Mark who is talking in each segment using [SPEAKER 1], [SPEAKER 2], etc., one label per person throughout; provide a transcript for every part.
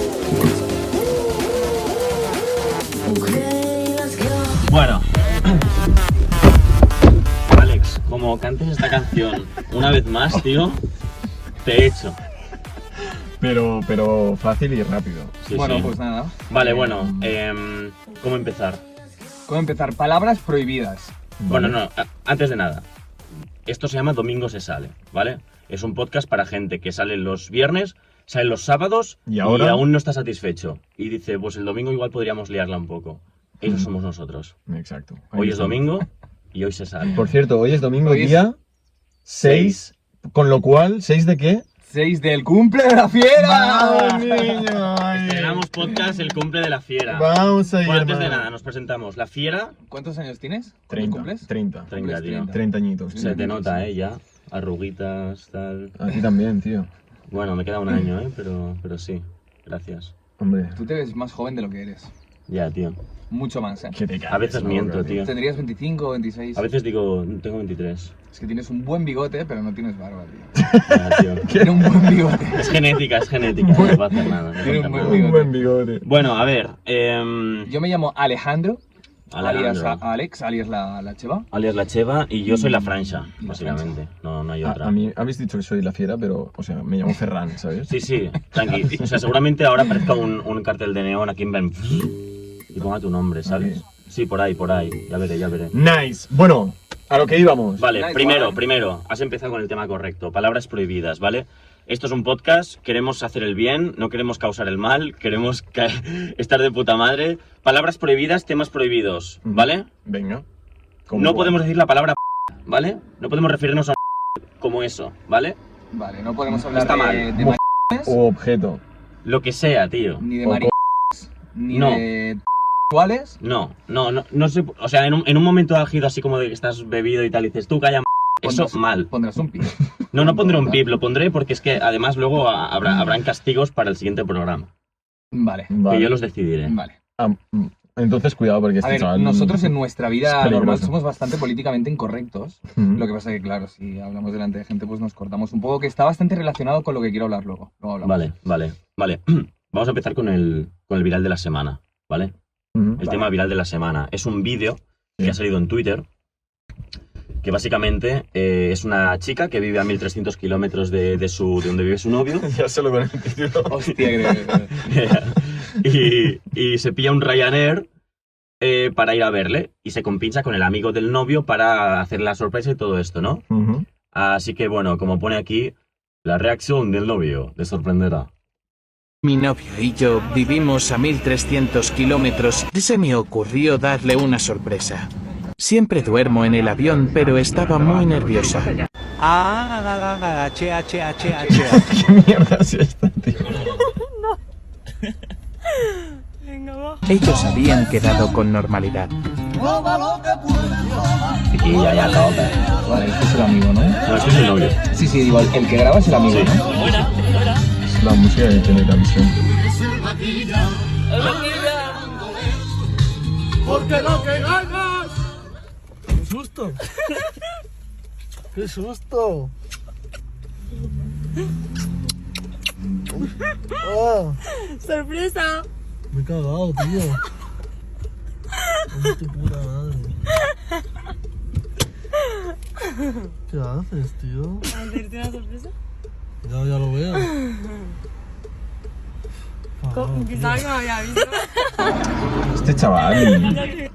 [SPEAKER 1] como cantes esta canción una vez más, tío, te echo.
[SPEAKER 2] Pero, pero fácil y rápido.
[SPEAKER 1] Sí,
[SPEAKER 3] bueno,
[SPEAKER 1] sí.
[SPEAKER 3] pues nada.
[SPEAKER 1] Vale, bueno, em, ¿cómo empezar?
[SPEAKER 3] ¿Cómo empezar? Palabras prohibidas.
[SPEAKER 1] Bueno, no, a- antes de nada, esto se llama Domingo se sale, ¿vale? Es un podcast para gente que sale los viernes, sale los sábados
[SPEAKER 2] ¿Y ahora?
[SPEAKER 1] aún no está satisfecho. Y dice, pues el domingo igual podríamos liarla un poco. Eso
[SPEAKER 2] Mm.
[SPEAKER 1] somos nosotros.
[SPEAKER 2] no. Exacto. Ahí
[SPEAKER 1] Hoy es
[SPEAKER 2] está.
[SPEAKER 1] domingo y hoy se sale.
[SPEAKER 2] Por cierto, hoy es domingo
[SPEAKER 3] Hoy es-
[SPEAKER 2] día 6, con lo cual, ¿6 de qué?
[SPEAKER 3] 6 del cumple de la fiera.
[SPEAKER 2] ¡Vamos, niño! Ay.
[SPEAKER 1] Estrenamos podcast El Cumple de la Fiera.
[SPEAKER 2] Vamos ahí,
[SPEAKER 1] Bueno, antes de
[SPEAKER 2] hermano.
[SPEAKER 1] nada, nos presentamos. La Fiera,
[SPEAKER 3] ¿Cuántos años tienes? ¿Cuántos
[SPEAKER 2] 30,
[SPEAKER 3] cumples?
[SPEAKER 2] 30,
[SPEAKER 1] Tre- Venga,
[SPEAKER 3] Cumples
[SPEAKER 1] tío.
[SPEAKER 2] 30 añitos.
[SPEAKER 1] se te nota, ¿eh? Ya, arruguitas, tal...
[SPEAKER 2] Aquí también, tío.
[SPEAKER 1] Bueno, me queda un año, ¿eh? Pero, pero sí, gracias.
[SPEAKER 2] Hombre,
[SPEAKER 3] Tú te ves más joven de lo que eres.
[SPEAKER 1] Ya, tío.
[SPEAKER 3] Mucho más, ¿eh?
[SPEAKER 2] que te caes,
[SPEAKER 1] A veces
[SPEAKER 2] ¿no?
[SPEAKER 1] miento, tío.
[SPEAKER 3] Tendrías 25 o 26.
[SPEAKER 1] A veces digo, tengo 23.
[SPEAKER 3] Es que tienes un buen bigote, pero no tienes barba, tío.
[SPEAKER 1] Ya, tío.
[SPEAKER 3] Tiene un buen bigote.
[SPEAKER 1] Es genética, es genética, ¿eh? no va a hacer nada. no
[SPEAKER 3] Tiene un
[SPEAKER 1] cuenta
[SPEAKER 3] buen
[SPEAKER 1] nada.
[SPEAKER 2] Un buen bigote.
[SPEAKER 1] Bueno, a ver, em,
[SPEAKER 3] Yo me llamo Alejandro, alias
[SPEAKER 1] Alejandro,
[SPEAKER 3] a- Alex, alias la, la Cheva.
[SPEAKER 1] alias la Cheva, y yo soy la Francha,
[SPEAKER 3] Y la
[SPEAKER 1] básicamente. No, no hay
[SPEAKER 2] A,
[SPEAKER 1] otra.
[SPEAKER 2] a mí, habéis dicho que soy la fiera, pero, o sea, me llamo Ferran, ¿sabes?
[SPEAKER 1] Sí, sí, tranqui. O sea, seguramente ahora aparezca un, un cartel de neón aquí en Benfica y ponga tu nombre, ¿sabes? Sí, por ahí, por ahí. Ya veré, ya veré.
[SPEAKER 2] Nice. Bueno, a lo que íbamos.
[SPEAKER 1] Vale,
[SPEAKER 3] Nice
[SPEAKER 1] primero,
[SPEAKER 3] one.
[SPEAKER 1] primero, has empezado con el tema correcto, palabras prohibidas, ¿vale? Esto es un podcast, queremos hacer el bien, no queremos causar el mal, queremos ca- estar de puta madre. Palabras prohibidas, temas prohibidos, ¿vale?
[SPEAKER 2] Venga. Mm, Como
[SPEAKER 1] No
[SPEAKER 2] igual.
[SPEAKER 1] podemos decir la palabra ¿vale? No podemos referirnos a como eso, ¿vale?
[SPEAKER 3] Vale, no podemos hablar
[SPEAKER 1] Está
[SPEAKER 3] de,
[SPEAKER 1] mal.
[SPEAKER 3] de
[SPEAKER 2] Mo-
[SPEAKER 3] maricones,
[SPEAKER 2] O objeto.
[SPEAKER 1] Lo que sea, tío.
[SPEAKER 3] ni de
[SPEAKER 2] o
[SPEAKER 3] maricones, ni
[SPEAKER 1] No.
[SPEAKER 3] de ¿Cuáles?
[SPEAKER 1] No, no, no, no sé, o sea, en un, en un momento álgido así como de que estás bebido y tal, y dices, tú calla, m-". eso
[SPEAKER 3] Pondrás-
[SPEAKER 1] mal.
[SPEAKER 3] Pondrás un pi.
[SPEAKER 1] No, no pondré un pip, lo pondré porque es que además luego ha- habrá, habrán castigos para el siguiente programa,
[SPEAKER 3] Vale,
[SPEAKER 1] que
[SPEAKER 2] Vale.
[SPEAKER 1] yo los decidiré.
[SPEAKER 3] vale.
[SPEAKER 2] Ah, mm, entonces, cuidado, porque
[SPEAKER 3] A
[SPEAKER 2] este
[SPEAKER 3] ver,
[SPEAKER 2] chaval-
[SPEAKER 3] nosotros en nuestra
[SPEAKER 2] es
[SPEAKER 3] vida
[SPEAKER 2] peligroso.
[SPEAKER 3] normal somos bastante políticamente incorrectos.
[SPEAKER 2] Mm.
[SPEAKER 3] Lo que pasa que, claro, si hablamos delante de gente, pues nos cortamos un poco, que está bastante relacionado con lo que quiero hablar luego. Luego hablamos.
[SPEAKER 1] Vale, vale, vale. Vamos a empezar con el, con el viral de la semana, ¿vale?
[SPEAKER 2] Mm.
[SPEAKER 1] El tema viral de la semana es un vídeo que ha salido en Twitter, que básicamente eh, es una chica que vive a 1300 kilómetros de, de su, de donde vive su novio,
[SPEAKER 2] Ya solo con el título.
[SPEAKER 3] Hostia, que-
[SPEAKER 1] y, y se pilla un Ryanair eh, para ir a verle, y se compincha con el amigo del novio para hacer la sorpresa y todo esto, ¿no?
[SPEAKER 2] Ujú.
[SPEAKER 1] Así que bueno, como pone aquí, la reacción del novio le sorprenderá.
[SPEAKER 4] Mi novio y yo vivimos a 1300 kilómetros y se me ocurrió darle una sorpresa. Siempre duermo en el avión, pero estaba muy nerviosa.
[SPEAKER 5] Ah, da, da, da, da, chea, chea, chea, chea.
[SPEAKER 2] ¿Qué mierda es esta, tío?
[SPEAKER 5] ah.
[SPEAKER 4] Ellos habían quedado con normalidad.
[SPEAKER 1] Y ya, ya, acabó.
[SPEAKER 3] Vale, este es el amigo, ¿no?
[SPEAKER 1] No, este es el novio.
[SPEAKER 3] Sí, sí, igual, el que graba es el amigo, ¿no?
[SPEAKER 2] Es la música de Telecamisión.
[SPEAKER 6] ¡Sorpresa!
[SPEAKER 7] ¿Qué haces, tío?
[SPEAKER 6] ¿Hacerte una sorpresa?
[SPEAKER 7] Ya, ya lo veo.
[SPEAKER 6] ¿Cómo? Pensaba que me había visto.
[SPEAKER 2] Este chaval.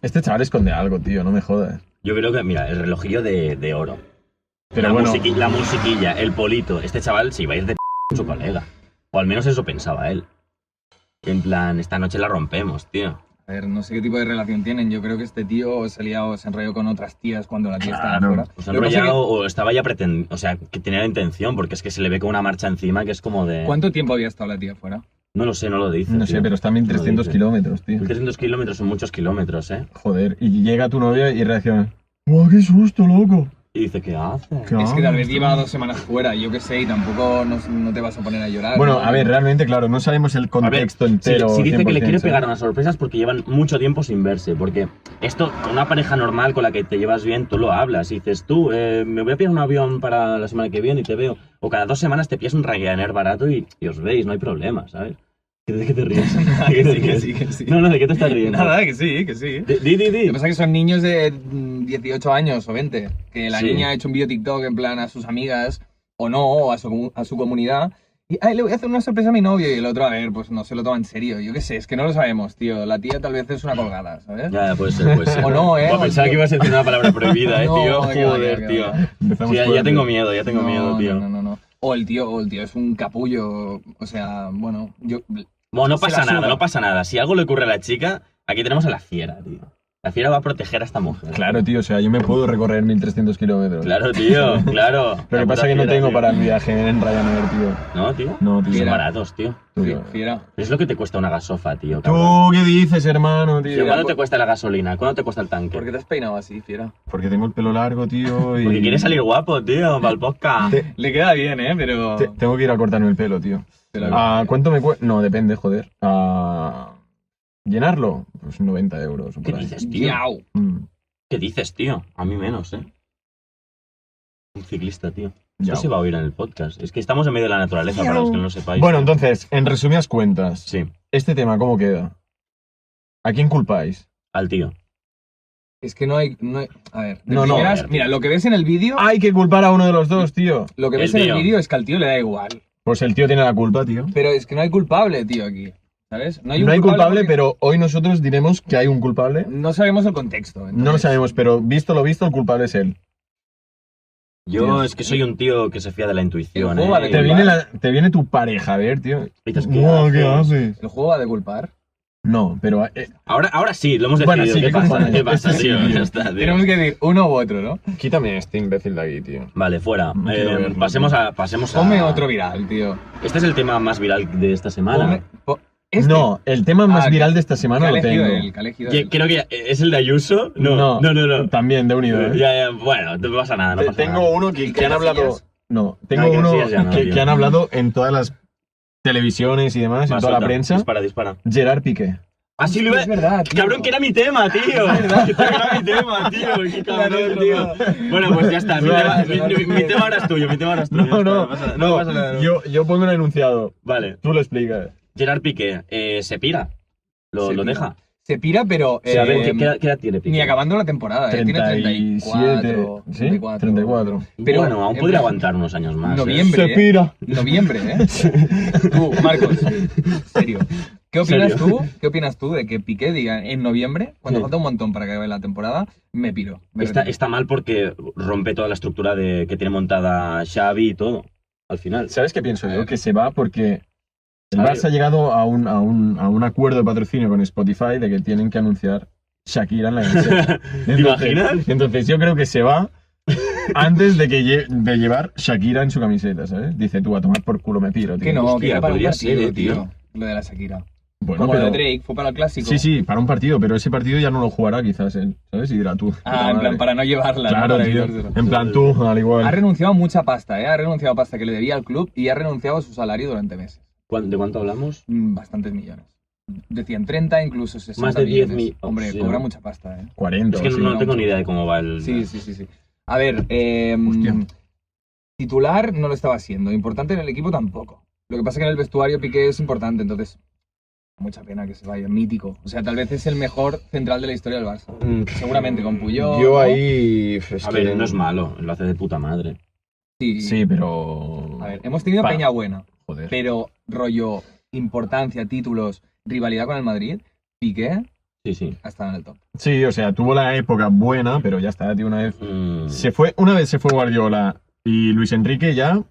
[SPEAKER 2] Este chaval esconde algo, tío, no me jodas.
[SPEAKER 1] Yo creo que, mira, el relojillo de, de oro.
[SPEAKER 2] Pero
[SPEAKER 1] la,
[SPEAKER 2] bueno,
[SPEAKER 1] musiqui- la musiquilla, el polito. Este chaval se iba a ir de p con su colega. O al menos eso pensaba él. En plan, esta noche la rompemos, tío.
[SPEAKER 3] A ver, no sé qué tipo de relación tienen. Yo creo que este tío se ha liado, se enrolló con otras tías cuando la tía estaba
[SPEAKER 2] Claro. pues
[SPEAKER 3] fuera.
[SPEAKER 1] O se ha
[SPEAKER 3] Lo que pasa
[SPEAKER 1] enrollado o estaba ya pretendiendo. O sea, que tenía la intención, porque es que se le ve con una marcha encima que es como de.
[SPEAKER 3] que- ¿Cuánto tiempo había estado la tía fuera?
[SPEAKER 1] No lo sé, no lo dice.
[SPEAKER 2] no sé,
[SPEAKER 1] tío.
[SPEAKER 2] pero está a 1300
[SPEAKER 1] Lo dice.
[SPEAKER 2] kilómetros, tío.
[SPEAKER 1] 1300 kilómetros son muchos kilómetros, ¿eh?
[SPEAKER 2] Joder, y llega tu novia y reacciona. ¡Guau, qué susto, loco!
[SPEAKER 1] Y dice, ¿qué hace?
[SPEAKER 2] ¿Qué
[SPEAKER 3] Es que tal
[SPEAKER 2] haces,
[SPEAKER 3] vez
[SPEAKER 2] tío?
[SPEAKER 3] lleva dos semanas fuera, yo qué sé, y tampoco no, no te vas a poner a llorar.
[SPEAKER 2] Bueno,
[SPEAKER 3] ¿no?
[SPEAKER 2] a ver, realmente, claro, no sabemos el
[SPEAKER 1] A ver,
[SPEAKER 2] contexto
[SPEAKER 1] si-
[SPEAKER 2] entero.
[SPEAKER 1] Si, dice que le quiere
[SPEAKER 2] 100%,
[SPEAKER 1] pegar unas sorpresas porque llevan mucho tiempo sin verse. Porque esto, con una pareja normal con la que te llevas bien, tú lo hablas. Y dices, tú, eh, me voy a pillar un avión para la semana que viene y te veo. O cada dos semanas te pillas un Ryanair barato y, y os veis, no hay problema, ¿sabes? ¿De qué te ríes?
[SPEAKER 3] Que sí, que sí, que sí.
[SPEAKER 1] No, no, ¿de qué te estás riendo?
[SPEAKER 3] Nada, que sí, que sí.
[SPEAKER 1] Di, di, di, di.
[SPEAKER 3] Lo que pasa es que son niños de mm, 18 años o 20, que la
[SPEAKER 1] Sí.
[SPEAKER 3] niña ha hecho un vídeo TikTok en plan a sus amigas o no, o a su, comu- a su comunidad. Y, ay, le voy a hacer una sorpresa a mi novio y el otro, a ver, pues no se lo toma en serio. Yo qué sé, es que no lo sabemos, tío. La tía tal vez es una colgada, ¿sabes?
[SPEAKER 1] Ya, pues, ya, puede ser, puede ser.
[SPEAKER 3] O no, eh,
[SPEAKER 1] Buah, pensaba
[SPEAKER 3] o-
[SPEAKER 1] que ibas a decir una palabra prohibida, eh,
[SPEAKER 3] No,
[SPEAKER 1] tío.
[SPEAKER 3] que va,
[SPEAKER 1] Joder,
[SPEAKER 3] que va, que
[SPEAKER 1] tío.
[SPEAKER 3] va.
[SPEAKER 1] Sí, ya, ya tengo miedo, ya tengo
[SPEAKER 3] No,
[SPEAKER 1] miedo,
[SPEAKER 3] no,
[SPEAKER 1] tío.
[SPEAKER 3] No, no, no. O el tío, o el tío es un capullo, o sea, bueno, yo...
[SPEAKER 1] Bueno, no
[SPEAKER 3] Se la
[SPEAKER 1] pasa nada,
[SPEAKER 3] suda.
[SPEAKER 1] no pasa nada. Si algo le ocurre a la chica, aquí tenemos a la fiera, tío. La fiera va a proteger a esta mujer.
[SPEAKER 2] Claro, tío, o sea, yo me puedo recorrer 1300 kilómetros.
[SPEAKER 1] Claro, tío, claro.
[SPEAKER 2] Lo
[SPEAKER 1] La
[SPEAKER 2] que pasa
[SPEAKER 1] puta
[SPEAKER 2] es que no
[SPEAKER 1] fiera,
[SPEAKER 2] tengo
[SPEAKER 1] tío.
[SPEAKER 2] para el viaje en Ryanair, tío.
[SPEAKER 1] No, tío.
[SPEAKER 2] No, tío.
[SPEAKER 1] Son
[SPEAKER 3] Fiera.
[SPEAKER 1] baratos, tío.
[SPEAKER 2] Tú,
[SPEAKER 3] fi- Fiera.
[SPEAKER 1] Es lo que te cuesta una gasofa, tío. cabrón.
[SPEAKER 2] ¿Tú qué dices, hermano,
[SPEAKER 1] Tío,
[SPEAKER 2] tío?
[SPEAKER 1] ¿Cuánto te cuesta la gasolina? ¿Cuánto te cuesta el tanque?
[SPEAKER 3] ¿Por qué te has peinado así, Fiera?
[SPEAKER 2] Porque tengo el pelo largo, tío, y...
[SPEAKER 1] Porque quieres salir guapo, tío, para el podcast.
[SPEAKER 2] Te-
[SPEAKER 3] Le queda bien, ¿eh? Pero...
[SPEAKER 2] te- tengo que ir a cortarme el pelo, tío.
[SPEAKER 3] te la-
[SPEAKER 2] ¿A ¿Cuánto me cuesta? No, depende, joder. ¿A ¿Llenarlo? Pues 90 euros. o por
[SPEAKER 1] ¿Qué
[SPEAKER 2] ahí.
[SPEAKER 1] dices, tío?
[SPEAKER 3] Miau.
[SPEAKER 2] Mm,
[SPEAKER 1] ¿Qué dices, tío? A mí menos, ¿eh? Un ciclista, tío.
[SPEAKER 2] ya.
[SPEAKER 1] Esto se va a oír en el podcast. Es que estamos en medio de la naturaleza, para los que no lo sepáis.
[SPEAKER 2] Bueno, entonces, en resumidas cuentas,
[SPEAKER 1] Sí,
[SPEAKER 2] ¿este tema cómo queda? ¿A quién culpáis?
[SPEAKER 1] al tío.
[SPEAKER 3] Es que no hay, no hay- A ver, de
[SPEAKER 2] No, no,
[SPEAKER 3] primeras,
[SPEAKER 1] a ver.
[SPEAKER 3] mira, lo que ves en el vídeo,
[SPEAKER 2] Hay que culpar a uno de los dos, tío.
[SPEAKER 3] lo que
[SPEAKER 1] el
[SPEAKER 3] ves en
[SPEAKER 1] tío.
[SPEAKER 3] el vídeo es que al tío le da igual.
[SPEAKER 2] Pues el tío tiene la culpa, tío.
[SPEAKER 3] Pero es que no hay culpable, tío, aquí. ¿Sabes?
[SPEAKER 2] No hay culpable,
[SPEAKER 3] porque
[SPEAKER 2] pero hoy nosotros diremos que hay un culpable.
[SPEAKER 3] No sabemos el contexto.
[SPEAKER 2] No lo
[SPEAKER 3] entonces-
[SPEAKER 2] sabemos, pero visto lo visto, el culpable es él.
[SPEAKER 1] Yo
[SPEAKER 2] Tío.
[SPEAKER 1] es que soy un tío que se fía de la intuición,
[SPEAKER 3] El juego
[SPEAKER 1] ¿eh?
[SPEAKER 3] de
[SPEAKER 2] Te
[SPEAKER 3] Culpable.
[SPEAKER 2] viene, la- te viene tu pareja a ver, tío.
[SPEAKER 1] Dices, ¿qué
[SPEAKER 2] Guau, ¿qué
[SPEAKER 1] haces?
[SPEAKER 2] haces?
[SPEAKER 3] El juego va de culpar.
[SPEAKER 2] No, pero eh,
[SPEAKER 1] Ahora, ahora sí, lo hemos decidido.
[SPEAKER 2] Bueno, sí,
[SPEAKER 1] ¿Qué
[SPEAKER 2] ¿qué
[SPEAKER 1] pasa?
[SPEAKER 2] cojones?
[SPEAKER 1] ¿Qué pasa,
[SPEAKER 2] Eso sí,
[SPEAKER 1] tío?
[SPEAKER 2] tío.
[SPEAKER 1] Ya está, tío.
[SPEAKER 3] Tenemos que decir uno u otro, ¿no?
[SPEAKER 2] Quítame a este imbécil de aquí, tío.
[SPEAKER 1] Vale, fuera.
[SPEAKER 2] No quiero
[SPEAKER 1] Eh,
[SPEAKER 2] verlo,
[SPEAKER 1] pasemos a. Pasemos a...
[SPEAKER 3] Come otro viral, tío.
[SPEAKER 1] Este es el tema más viral de esta semana.
[SPEAKER 3] Come- po- este
[SPEAKER 2] No, el tema más
[SPEAKER 3] Ah,
[SPEAKER 2] viral de esta
[SPEAKER 3] que
[SPEAKER 2] semana
[SPEAKER 3] ha
[SPEAKER 2] lo
[SPEAKER 3] elegido
[SPEAKER 2] tengo.
[SPEAKER 3] él, que ha elegido
[SPEAKER 1] Ye-
[SPEAKER 3] él.
[SPEAKER 1] Creo que es el de Ayuso. No, no, no. no,
[SPEAKER 2] También de unido. ¿eh?
[SPEAKER 1] Ya, ya, bueno, no pasa nada. No
[SPEAKER 2] Te-
[SPEAKER 1] pasa
[SPEAKER 2] tengo
[SPEAKER 1] nada.
[SPEAKER 2] uno que, que han
[SPEAKER 3] Casillas.
[SPEAKER 2] hablado. No, tengo
[SPEAKER 1] Ah,
[SPEAKER 2] uno
[SPEAKER 1] Casillas ya no,
[SPEAKER 2] que,
[SPEAKER 1] tío.
[SPEAKER 2] que han hablado en todas las televisiones y demás,
[SPEAKER 1] Va,
[SPEAKER 2] en toda
[SPEAKER 1] suelta.
[SPEAKER 2] la prensa.
[SPEAKER 1] Dispara, dispara.
[SPEAKER 2] Gerard Piqué.
[SPEAKER 1] Ah, sí, lo iba-
[SPEAKER 3] Es verdad, tío.
[SPEAKER 1] Cabrón, que era mi tema, tío. Que era mi tema, tío. Qué cabrón,
[SPEAKER 3] Claro,
[SPEAKER 1] tío. Bueno, pues ya está. Mi,
[SPEAKER 2] No,
[SPEAKER 1] tema,
[SPEAKER 2] no,
[SPEAKER 1] mi- mi- mi tema ahora es tuyo, mi tema ahora es tuyo.
[SPEAKER 2] No, no,
[SPEAKER 1] Ya está,
[SPEAKER 2] no.
[SPEAKER 1] pasa nada.
[SPEAKER 2] Yo, yo pongo un enunciado.
[SPEAKER 1] Vale.
[SPEAKER 2] Tú lo explicas.
[SPEAKER 1] Gerard Piqué, eh, se pira. Lo,
[SPEAKER 3] Se
[SPEAKER 1] lo
[SPEAKER 3] pira.
[SPEAKER 1] deja.
[SPEAKER 3] Se pira, pero.
[SPEAKER 1] O sea, a ver,
[SPEAKER 3] eh,
[SPEAKER 1] ¿qué, qué edad- qué edad tiene Piqué?
[SPEAKER 3] Ni acabando la temporada, eh. Tiene 34.
[SPEAKER 2] 37. ¿Sí? 34.
[SPEAKER 3] Pero-
[SPEAKER 1] bueno, aún
[SPEAKER 3] en
[SPEAKER 1] podría
[SPEAKER 3] plan-
[SPEAKER 1] aguantar unos años más. ¿eh?
[SPEAKER 3] Noviembre. Hombre,
[SPEAKER 2] Se
[SPEAKER 3] eh.
[SPEAKER 2] pira.
[SPEAKER 3] Noviembre, ¿eh? Tú, Marcos, serio. ¿Qué opinas
[SPEAKER 1] Serio.
[SPEAKER 3] tú? ¿Qué opinas tú de que Piqué diga en noviembre, cuando
[SPEAKER 1] Sí.
[SPEAKER 3] falta un montón para que acabe la temporada, me piro? me
[SPEAKER 1] Está,
[SPEAKER 3] retiro"?
[SPEAKER 1] está mal porque rompe toda la estructura de, que tiene montada Xavi y todo. Al final.
[SPEAKER 2] ¿Sabes qué pienso
[SPEAKER 3] A
[SPEAKER 2] yo?
[SPEAKER 3] ver.
[SPEAKER 2] Que se va porque el
[SPEAKER 1] A ver.
[SPEAKER 2] Barça ha llegado a un, a, un, a un acuerdo de patrocinio con Spotify de que tienen que anunciar Shakira en la camiseta.
[SPEAKER 1] ¿Te imaginas?
[SPEAKER 2] Entonces yo creo que se va antes de, que lle- de llevar Shakira en su camiseta, ¿sabes? Dice tú a tomar por culo me piro, tío.
[SPEAKER 3] Que no,
[SPEAKER 1] Hostia,
[SPEAKER 3] que era para un
[SPEAKER 1] podría
[SPEAKER 3] partido,
[SPEAKER 1] ser, eh, tío.
[SPEAKER 3] tío. Lo de la Shakira.
[SPEAKER 2] Bueno,
[SPEAKER 3] Como lo
[SPEAKER 2] pero-
[SPEAKER 3] de Drake, fue para el clásico.
[SPEAKER 2] Sí, sí, para un partido, pero ese partido ya no lo jugará quizás él, ¿sabes? Y dirá tú. puta
[SPEAKER 3] Ah, en plan,
[SPEAKER 2] madre.
[SPEAKER 3] para no llevarla. ¿no?
[SPEAKER 2] Claro,
[SPEAKER 3] Para
[SPEAKER 2] tío.
[SPEAKER 3] evitárselo.
[SPEAKER 2] En plan tú, al
[SPEAKER 3] Ha
[SPEAKER 2] igual.
[SPEAKER 3] renunciado a mucha pasta, ¿eh? Ha renunciado a pasta que le debía al club y ha renunciado a su salario durante meses.
[SPEAKER 1] ¿Cuán- ¿De cuánto hablamos?
[SPEAKER 3] Mm, Bastantes millones. Decían 30, incluso 60
[SPEAKER 1] Más de 10
[SPEAKER 3] millones.
[SPEAKER 1] mil-
[SPEAKER 3] Hombre,
[SPEAKER 1] sí.
[SPEAKER 3] cobra mucha pasta, ¿eh?
[SPEAKER 2] 40.
[SPEAKER 1] Es que
[SPEAKER 2] o
[SPEAKER 1] no,
[SPEAKER 2] sí.
[SPEAKER 1] no tengo ni idea de cómo va el.
[SPEAKER 3] Sí, sí, sí, sí. A ver, eh,
[SPEAKER 2] Hostia.
[SPEAKER 3] titular no lo estaba haciendo, importante en el equipo tampoco. Lo que pasa es que en el vestuario Piqué es importante, entonces mucha pena que se vaya, mítico. O sea, tal vez es el mejor central de la historia del Barça.
[SPEAKER 1] Mm,
[SPEAKER 3] Seguramente con Puyol.
[SPEAKER 2] Yo
[SPEAKER 3] ¿no?
[SPEAKER 2] ahí. es
[SPEAKER 1] A
[SPEAKER 2] que-
[SPEAKER 1] ver, no es malo, lo hace de puta madre.
[SPEAKER 3] Sí.
[SPEAKER 2] Sí, pero.
[SPEAKER 3] A ver, hemos tenido
[SPEAKER 2] Pa-
[SPEAKER 3] Peña buena,
[SPEAKER 2] Joder.
[SPEAKER 3] pero rollo, importancia, títulos, rivalidad con el Madrid, Piqué
[SPEAKER 1] Sí, sí.
[SPEAKER 3] ha estado en el top.
[SPEAKER 2] Sí, o sea, tuvo la época buena, pero ya está, tío, una vez.
[SPEAKER 1] Mm,
[SPEAKER 2] Se fue, una vez se fue Guardiola y Luis Enrique ya,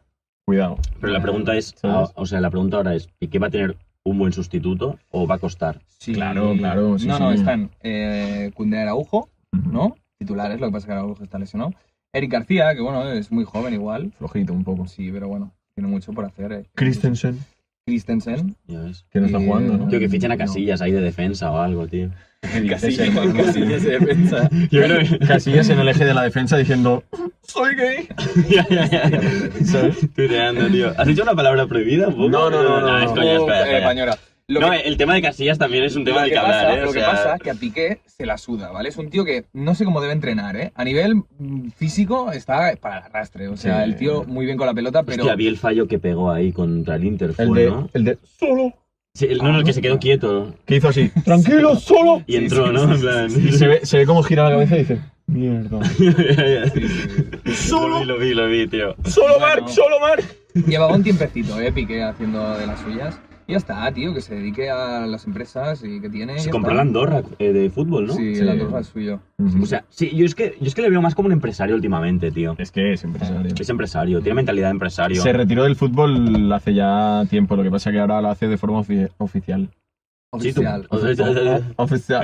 [SPEAKER 2] cuidado.
[SPEAKER 1] Pero la pregunta es,
[SPEAKER 2] ¿Sabes?
[SPEAKER 1] ah, o sea, la pregunta ahora es, ¿y qué va a tener un buen sustituto o va a costar?
[SPEAKER 3] Sí.
[SPEAKER 2] Claro, claro, sí,
[SPEAKER 3] no, no,
[SPEAKER 2] sí.
[SPEAKER 3] están eh, Cundé Araujo, ¿no? Titulares, lo que pasa es que Araujo está lesionado. Eric García, que bueno, es muy joven igual.
[SPEAKER 2] Flojito un poco.
[SPEAKER 3] Sí, pero bueno, tiene mucho por hacer. eh.
[SPEAKER 2] Christensen,
[SPEAKER 3] Christensen.
[SPEAKER 1] Ya ves.
[SPEAKER 2] que no está
[SPEAKER 3] Eh,
[SPEAKER 2] jugando, ¿no?
[SPEAKER 1] Tío, que fichen a
[SPEAKER 2] No.
[SPEAKER 1] Casillas ahí de defensa o algo, tío.
[SPEAKER 2] ¿Qué dices, hermano?
[SPEAKER 3] Casillas de defensa.
[SPEAKER 1] Yo creo que...
[SPEAKER 2] Casillas en el eje de la defensa diciendo, soy gay.
[SPEAKER 1] ya, ya, ya. Tuiteando, tío. ¿Has dicho una palabra prohibida? Ah, un poco?
[SPEAKER 2] No, no, no, no,
[SPEAKER 1] es
[SPEAKER 2] no.
[SPEAKER 1] coña, es coña, es
[SPEAKER 3] Eh,
[SPEAKER 1] coña.
[SPEAKER 3] Pañora. Lo
[SPEAKER 1] No,
[SPEAKER 3] que-
[SPEAKER 1] el tema de Casillas también es un tema
[SPEAKER 3] lo
[SPEAKER 1] del
[SPEAKER 3] que
[SPEAKER 1] que hablar,
[SPEAKER 3] pasa-
[SPEAKER 1] ¿eh? O
[SPEAKER 3] Lo que
[SPEAKER 1] sea,
[SPEAKER 3] pasa que a Piqué se la suda, ¿vale? Es un tío que no sé cómo debe entrenar, ¿eh? A nivel mm, físico está para el arrastre. O sea,
[SPEAKER 2] Sí.
[SPEAKER 3] el tío muy bien con la pelota, pero...
[SPEAKER 1] Hostia, vi el fallo que pegó ahí contra el Inter,
[SPEAKER 2] El
[SPEAKER 1] fue,
[SPEAKER 2] de,
[SPEAKER 1] ¿no?
[SPEAKER 2] el de, solo.
[SPEAKER 1] Sí, el- no, no, el que se quedó quieto
[SPEAKER 2] Que hizo así, tranquilo, solo.
[SPEAKER 1] y entró,
[SPEAKER 3] Ah. sí,
[SPEAKER 1] ¿no?
[SPEAKER 3] sí,
[SPEAKER 1] en plan.
[SPEAKER 2] Y se ve, se ve cómo gira la cabeza y dice, mierda.
[SPEAKER 1] Lo vi, lo vi, lo vi, tío.
[SPEAKER 2] ¡Solo
[SPEAKER 3] Bueno.
[SPEAKER 2] Mark, solo Mark!
[SPEAKER 3] Llevaba un tiempecito, eh, Piqué, haciendo de las suyas. Y ya está, tío, que se dedique a las empresas y que tiene.
[SPEAKER 1] Se
[SPEAKER 3] ya
[SPEAKER 1] compró la
[SPEAKER 3] está.
[SPEAKER 1] Andorra eh, de fútbol, ¿no?
[SPEAKER 3] Sí,
[SPEAKER 2] Sí.
[SPEAKER 3] la torre es suyo.
[SPEAKER 1] O sea, sí, yo es que yo es que le veo más como un empresario últimamente, tío.
[SPEAKER 2] es que es empresario.
[SPEAKER 1] Es empresario, tiene mentalidad de empresario.
[SPEAKER 2] Se retiró del fútbol hace ya tiempo, lo que pasa que ahora lo hace de forma ofi- oficial.
[SPEAKER 1] Sí, tú.
[SPEAKER 3] Oficial.
[SPEAKER 1] O sea,
[SPEAKER 2] Oficial.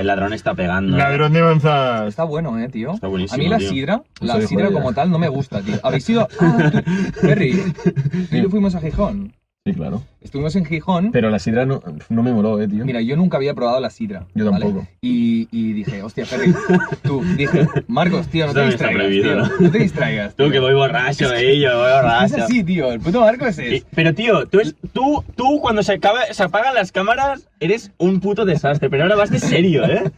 [SPEAKER 1] El ladrón está pegando. ¿no?
[SPEAKER 2] Ladrón de manzas.
[SPEAKER 3] Está bueno, eh, tío.
[SPEAKER 1] Está buenísimo,
[SPEAKER 3] A mí la
[SPEAKER 1] tío.
[SPEAKER 3] sidra, la
[SPEAKER 2] Eso de
[SPEAKER 3] sidra
[SPEAKER 2] joder.
[SPEAKER 3] como tal no me gusta, tío. Habéis sido. Ah, tú- Ferry, tú y yo fuimos a Gijón.
[SPEAKER 2] Sí, claro.
[SPEAKER 3] Estuvimos en Gijón.
[SPEAKER 2] Pero la sidra no, no me moló, eh, tío.
[SPEAKER 3] Mira, yo nunca había probado la sidra.
[SPEAKER 2] Yo
[SPEAKER 3] ¿vale?
[SPEAKER 2] tampoco.
[SPEAKER 3] Y, y dije, hostia, Ferry, tú, dije, Marcos, tío, no
[SPEAKER 1] Eso
[SPEAKER 3] te
[SPEAKER 1] también está
[SPEAKER 3] distraigas.
[SPEAKER 1] prohibido,
[SPEAKER 3] tío,
[SPEAKER 1] ¿no?
[SPEAKER 3] ¿no? te distraigas.
[SPEAKER 1] Tú
[SPEAKER 3] tío".
[SPEAKER 1] que voy borracho, eh, yo voy
[SPEAKER 3] Es
[SPEAKER 1] borracho.
[SPEAKER 3] así, tío, el puto Marcos es. este.
[SPEAKER 1] Eh, Pero tío, tú, es, tú, tú cuando se, acaba, se apagan las cámaras eres un puto desastre, pero ahora vas de serio, ¿eh?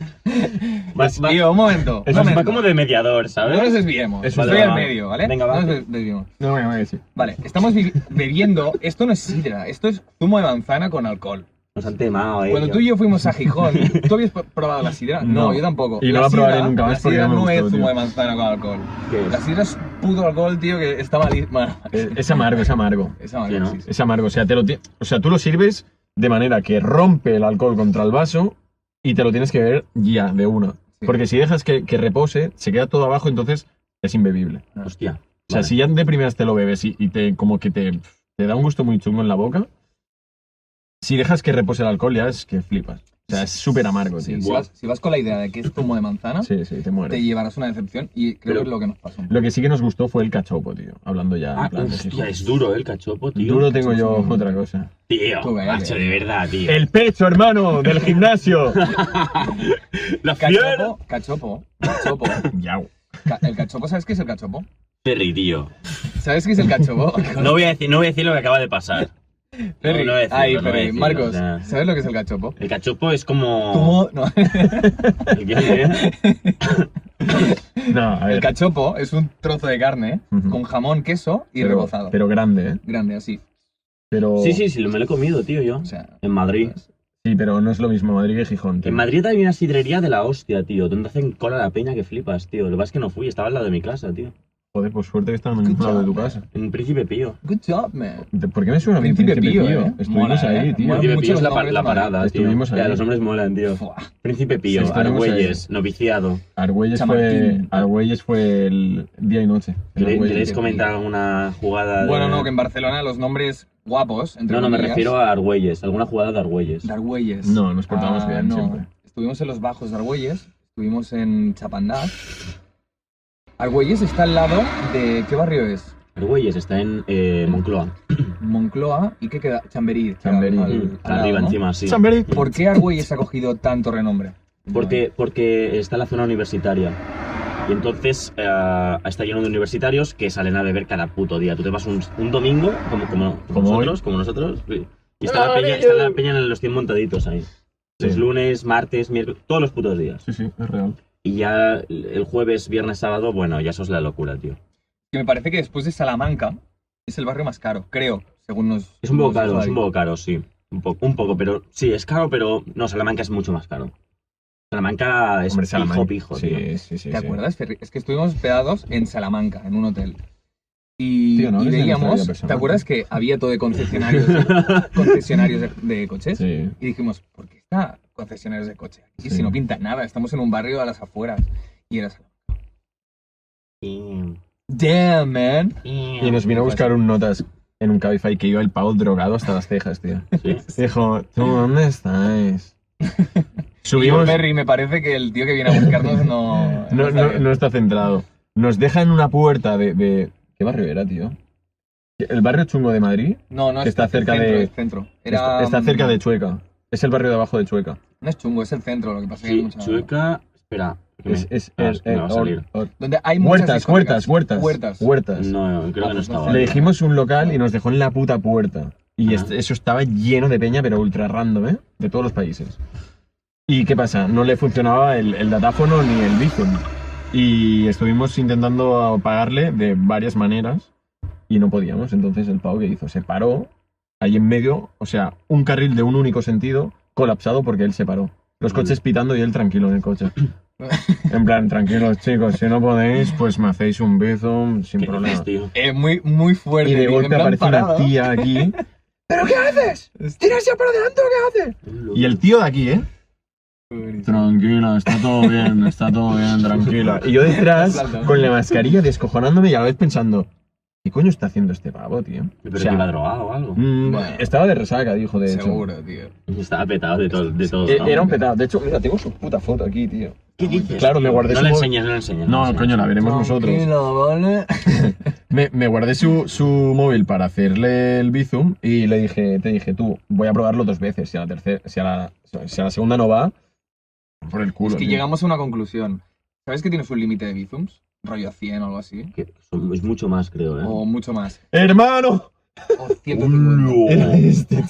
[SPEAKER 1] Vas, va-
[SPEAKER 3] Tío, un momento.
[SPEAKER 1] es-
[SPEAKER 3] un momento.
[SPEAKER 1] va como de mediador, ¿sabes?
[SPEAKER 3] No nos desviemos.
[SPEAKER 2] Eso
[SPEAKER 3] Estoy
[SPEAKER 1] es
[SPEAKER 3] al
[SPEAKER 1] verdad.
[SPEAKER 3] medio, ¿vale?
[SPEAKER 1] Venga, va.
[SPEAKER 3] No nos des- desviemos.
[SPEAKER 2] No, venga, venga, sí.
[SPEAKER 3] Vale, estamos vi- bebiendo. Esto no es sidra, esto es zumo de manzana con alcohol.
[SPEAKER 1] Nos han temado, eh.
[SPEAKER 3] Cuando
[SPEAKER 1] tío.
[SPEAKER 3] tú y yo fuimos a Gijón, ¿tú habías pr- probado la sidra? No,
[SPEAKER 2] No.
[SPEAKER 3] yo tampoco.
[SPEAKER 2] Y no la
[SPEAKER 3] sidra-
[SPEAKER 2] probaré nunca más porque
[SPEAKER 3] La sidra
[SPEAKER 2] no me
[SPEAKER 3] no
[SPEAKER 2] gustó,
[SPEAKER 3] es zumo
[SPEAKER 2] tío.
[SPEAKER 3] de manzana con alcohol.
[SPEAKER 1] ¿Qué es?
[SPEAKER 3] La sidra es puto alcohol, tío, que está mal. mal-
[SPEAKER 2] Eh, Es amargo, es amargo.
[SPEAKER 3] Esa
[SPEAKER 1] Sí,
[SPEAKER 3] manera,
[SPEAKER 1] ¿no?
[SPEAKER 3] sí, sí.
[SPEAKER 2] Es amargo. O sea, te lo ti- o sea, tú lo sirves de manera que rompe el alcohol contra el vaso y te lo tienes que beber ya, de una.
[SPEAKER 3] Sí.
[SPEAKER 2] Porque si dejas que, que repose, se queda todo abajo, entonces es imbebible.
[SPEAKER 1] Hostia.
[SPEAKER 2] O sea,
[SPEAKER 1] Vale.
[SPEAKER 2] si ya de primeras te lo bebes y, y te como que te, te da un gusto muy chungo en la boca, si dejas que repose el alcohol ya es que flipas. O sea, es súper amargo,
[SPEAKER 3] Sí,
[SPEAKER 2] tío.
[SPEAKER 3] si, vas, si vas con la idea de que es zumo de manzana,
[SPEAKER 2] Sí, sí, te
[SPEAKER 3] te
[SPEAKER 2] mueres.
[SPEAKER 3] llevarás una decepción y creo
[SPEAKER 1] Pero-
[SPEAKER 3] que es lo que nos pasó.
[SPEAKER 2] Lo que sí que nos gustó fue el cachopo, tío. Hablando ya. en
[SPEAKER 1] Ah,
[SPEAKER 2] plan de
[SPEAKER 1] hostia,
[SPEAKER 2] Gijón.
[SPEAKER 1] es duro, eh, el cachopo, tío.
[SPEAKER 2] Duro tengo yo otra cosa.
[SPEAKER 1] Tío,
[SPEAKER 3] Tú, vale.
[SPEAKER 1] macho, de verdad, tío.
[SPEAKER 2] El pecho, hermano, del gimnasio.
[SPEAKER 1] La fiera.
[SPEAKER 3] Cachopo, cachopo, cachopo.
[SPEAKER 2] Yau.
[SPEAKER 3] Ca- el cachopo, ¿sabes qué es el cachopo?
[SPEAKER 1] Ferry, tío.
[SPEAKER 3] ¿Sabes qué es el cachopo?
[SPEAKER 1] No voy, a decir, no voy a decir lo que acaba de pasar.
[SPEAKER 3] Ferry,
[SPEAKER 1] no voy a decirlo,
[SPEAKER 3] ay,
[SPEAKER 1] no voy a
[SPEAKER 3] Ferry,
[SPEAKER 1] decirlo, o
[SPEAKER 3] Marcos,
[SPEAKER 1] sea.
[SPEAKER 3] ¿sabes lo que es el cachopo?
[SPEAKER 1] El cachopo es como.
[SPEAKER 3] Zumo, no.
[SPEAKER 1] ¿El qué, eh?
[SPEAKER 2] No, a ver.
[SPEAKER 3] El cachopo es un trozo de carne
[SPEAKER 2] Ujú.
[SPEAKER 3] con jamón, queso y
[SPEAKER 2] pero,
[SPEAKER 3] rebozado.
[SPEAKER 2] Pero grande, ¿eh?
[SPEAKER 3] Grande, así.
[SPEAKER 2] Pero,
[SPEAKER 1] Sí, sí, sí, lo- me lo he comido, tío, yo.
[SPEAKER 3] O sea,
[SPEAKER 1] En Madrid.
[SPEAKER 2] Sí, pero no es lo mismo Madrid que Gijón. tío.
[SPEAKER 1] En Madrid hay una sidrería de la hostia, tío, donde hacen cola a la peña que flipas, tío. Lo que pasa es que no fui, estaba al lado de mi casa, tío.
[SPEAKER 2] Joder, por suerte que están en un
[SPEAKER 3] Escucha. eh,
[SPEAKER 2] lado de tu casa.
[SPEAKER 1] En Príncipe Pío.
[SPEAKER 3] good job, man.
[SPEAKER 2] ¿De- ¿Por qué me suena a mí
[SPEAKER 3] Príncipe Pío, ¿eh?
[SPEAKER 2] Estuvimos
[SPEAKER 3] Mola,
[SPEAKER 2] ahí,
[SPEAKER 3] ¿eh?
[SPEAKER 2] tío.
[SPEAKER 3] Mola
[SPEAKER 1] Príncipe
[SPEAKER 3] mucho
[SPEAKER 1] Pío es
[SPEAKER 3] los
[SPEAKER 1] la, par-
[SPEAKER 3] nombres
[SPEAKER 1] la
[SPEAKER 3] de Madrid.
[SPEAKER 1] parada, tío.
[SPEAKER 2] Estuvimos
[SPEAKER 1] Ya,
[SPEAKER 2] ahí.
[SPEAKER 1] los hombres molan, tío.
[SPEAKER 3] Fuah.
[SPEAKER 1] Príncipe Pío,
[SPEAKER 2] Sí, estuvimos
[SPEAKER 1] Argüelles, noviciado.
[SPEAKER 2] Argüelles fue,
[SPEAKER 3] Chamartín.
[SPEAKER 2] Argüelles fue el día y noche. En
[SPEAKER 1] ¿Quere-
[SPEAKER 2] Argüelles.
[SPEAKER 1] ¿Queréis comentar alguna jugada? de-
[SPEAKER 3] Bueno, no, que en Barcelona los nombres guapos, entre
[SPEAKER 1] No, no, me
[SPEAKER 3] comillas,
[SPEAKER 1] refiero a Argüelles, alguna jugada de Argüelles.
[SPEAKER 3] de Argüelles.
[SPEAKER 2] No, nos portamos
[SPEAKER 3] Ah,
[SPEAKER 2] bien
[SPEAKER 3] no.
[SPEAKER 2] siempre.
[SPEAKER 3] Estuvimos en los bajos de Argüelles, estuvimos en Chapandás. Argüelles está al lado de... ¿Qué barrio es?
[SPEAKER 1] Argüelles está en eh, Moncloa,
[SPEAKER 3] Moncloa y ¿qué queda? Chamberí. queda
[SPEAKER 2] Chamberí.
[SPEAKER 3] al-
[SPEAKER 2] Mm,
[SPEAKER 3] al
[SPEAKER 1] Está
[SPEAKER 3] lado,
[SPEAKER 1] arriba,
[SPEAKER 3] ¿no?
[SPEAKER 1] encima, sí.
[SPEAKER 2] Chamberí.
[SPEAKER 3] ¿Por qué Argüelles ha cogido tanto renombre?
[SPEAKER 1] Porque, porque está la zona universitaria. Y entonces eh, está lleno de universitarios que salen a beber cada puto día. Tú te vas un, un domingo, como, como, como
[SPEAKER 2] Como hoy.
[SPEAKER 1] nosotros, como nosotros, y y está la, peña, está la peña en los 100 montaditos ahí. Los
[SPEAKER 2] Sí.
[SPEAKER 1] lunes, martes, miércoles, todos los putos días.
[SPEAKER 2] Sí, sí, es real.
[SPEAKER 1] Y ya el jueves, viernes, sábado, bueno, ya eso es la locura, tío.
[SPEAKER 3] Que me parece que después de Salamanca es el barrio más caro, creo, según nos...
[SPEAKER 1] Es un poco
[SPEAKER 3] nos
[SPEAKER 1] caro,
[SPEAKER 3] dijo
[SPEAKER 1] es un
[SPEAKER 3] David.
[SPEAKER 1] poco caro, sí. Un, po- un poco, pero sí, es caro, pero no, Salamanca es mucho más caro. Salamanca es
[SPEAKER 2] Hombre, Salamanca.
[SPEAKER 1] pijo, pijo,
[SPEAKER 2] sí,
[SPEAKER 1] tío.
[SPEAKER 2] sí, sí, sí.
[SPEAKER 3] ¿Te acuerdas, Ferri? Es que estuvimos hospedados en Salamanca, en un hotel. Y,
[SPEAKER 2] Tío, no
[SPEAKER 3] y
[SPEAKER 2] hables de nuestra vida
[SPEAKER 3] veíamos, ¿te
[SPEAKER 2] personal.
[SPEAKER 3] acuerdas que había todo de concesionarios, de- concesionarios de, de coches?
[SPEAKER 2] Sí.
[SPEAKER 3] Y dijimos, ¿por qué está concesionarios de coches? Y
[SPEAKER 2] Sí.
[SPEAKER 3] si no pinta nada, estamos en un barrio a las afueras. Y era Salamanca.
[SPEAKER 1] Y-
[SPEAKER 3] Damn, man.
[SPEAKER 2] Y nos vino a buscar un notas en un Cabify que iba el pavo drogado hasta las cejas, tío.
[SPEAKER 1] Sí.
[SPEAKER 2] Dijo, ¿tú dónde estáis?
[SPEAKER 3] Yo,
[SPEAKER 2] Subimos.
[SPEAKER 3] Ferry, me parece que el tío que viene a buscarnos no...
[SPEAKER 2] No,
[SPEAKER 3] está
[SPEAKER 2] no,
[SPEAKER 3] bien.
[SPEAKER 2] no está centrado. Nos deja en una puerta de, de- ¿Qué barrio era, tío? El barrio chungo de Madrid
[SPEAKER 3] No, no,
[SPEAKER 2] que
[SPEAKER 3] es-
[SPEAKER 2] está
[SPEAKER 3] es el
[SPEAKER 2] cerca
[SPEAKER 3] centro,
[SPEAKER 2] de-
[SPEAKER 3] es centro.
[SPEAKER 2] está,
[SPEAKER 3] Era,
[SPEAKER 2] está
[SPEAKER 3] mm,
[SPEAKER 2] cerca de Chueca. Es el barrio de abajo de Chueca.
[SPEAKER 3] No es chungo, es el centro, lo que pasa es que hay
[SPEAKER 1] Sí,
[SPEAKER 3] mucha...
[SPEAKER 1] Chueca. Espera. que
[SPEAKER 2] Es,
[SPEAKER 1] me-
[SPEAKER 2] es,
[SPEAKER 1] Ah,
[SPEAKER 2] es- eh,
[SPEAKER 1] me va a
[SPEAKER 2] or-
[SPEAKER 1] salir.
[SPEAKER 2] or-
[SPEAKER 3] Donde hay muchas
[SPEAKER 2] huertas,
[SPEAKER 3] discotecas.
[SPEAKER 2] huertas, huertas,
[SPEAKER 3] Huertas.
[SPEAKER 2] huertas.
[SPEAKER 1] No, creo que no estaba.
[SPEAKER 2] pues Le dijimos un local y nos dejó en la puta puerta. Y
[SPEAKER 1] Ajá.
[SPEAKER 2] est- eso estaba lleno de peña, pero ultra random, ¿eh? De todos los países. ¿Y qué pasa? No le funcionaba el, el datáfono ni el Bizum. Y estuvimos intentando pagarle de varias maneras y no podíamos. Entonces el pavo que hizo se paró, ahí en medio, o sea, un carril de un único sentido colapsado porque él se paró. Los coches pitando y él tranquilo en el coche. En plan, tranquilos chicos, si no podéis, pues me hacéis un bizum sin
[SPEAKER 1] ¿Qué
[SPEAKER 2] problema.
[SPEAKER 1] dices, este tío?
[SPEAKER 3] Eh, muy, muy fuerte.
[SPEAKER 2] Y de
[SPEAKER 3] tío, en
[SPEAKER 2] golpe
[SPEAKER 3] plan
[SPEAKER 2] aparece
[SPEAKER 3] parado. Este-
[SPEAKER 2] una tía aquí. ¿Pero qué haces? ¿Tírase para adelante o qué haces? Y el tío de aquí, ¿eh? Tranquila, está todo bien, está todo bien, tranquila. Y yo detrás, con la mascarilla, descojonándome y a la vez pensando, ¿qué coño está haciendo este pavo, tío?
[SPEAKER 1] Pero
[SPEAKER 2] O sea,
[SPEAKER 1] que iba drogado o algo.
[SPEAKER 2] mm,
[SPEAKER 3] Bueno.
[SPEAKER 2] Estaba de resaca, dijo, de hecho.
[SPEAKER 3] Seguro, tío.
[SPEAKER 1] Estaba petado de, todo de todos
[SPEAKER 2] Eh,
[SPEAKER 1] lados.
[SPEAKER 2] Era un petado. De hecho, mira, tengo su puta foto aquí, tío.
[SPEAKER 1] ¿Qué dices?
[SPEAKER 2] Claro, me guardé
[SPEAKER 1] No
[SPEAKER 2] su
[SPEAKER 1] la
[SPEAKER 2] móvil.
[SPEAKER 1] enseñas, no la enseñas. la
[SPEAKER 2] No,
[SPEAKER 1] enseñas.
[SPEAKER 2] coño, la veremos nosotros.
[SPEAKER 3] Tranquilo, ¿vale?
[SPEAKER 2] Me, me guardé su, su móvil para hacerle el bizum y le dije, te dije, tú, voy a probarlo dos veces. Si a la tercera, si a la, si a la segunda no va, por el culo.
[SPEAKER 3] Es que
[SPEAKER 2] tío.
[SPEAKER 3] llegamos a una conclusión. ¿Sabes que tienes un límite de bizums? Rollo 100 o algo
[SPEAKER 2] ¿Eh?
[SPEAKER 3] así.
[SPEAKER 1] Que son- Es mucho más, creo, ¿eh?
[SPEAKER 2] Oh,
[SPEAKER 3] O mucho más.
[SPEAKER 2] ¡Hermano!
[SPEAKER 3] O 150.
[SPEAKER 2] Era este.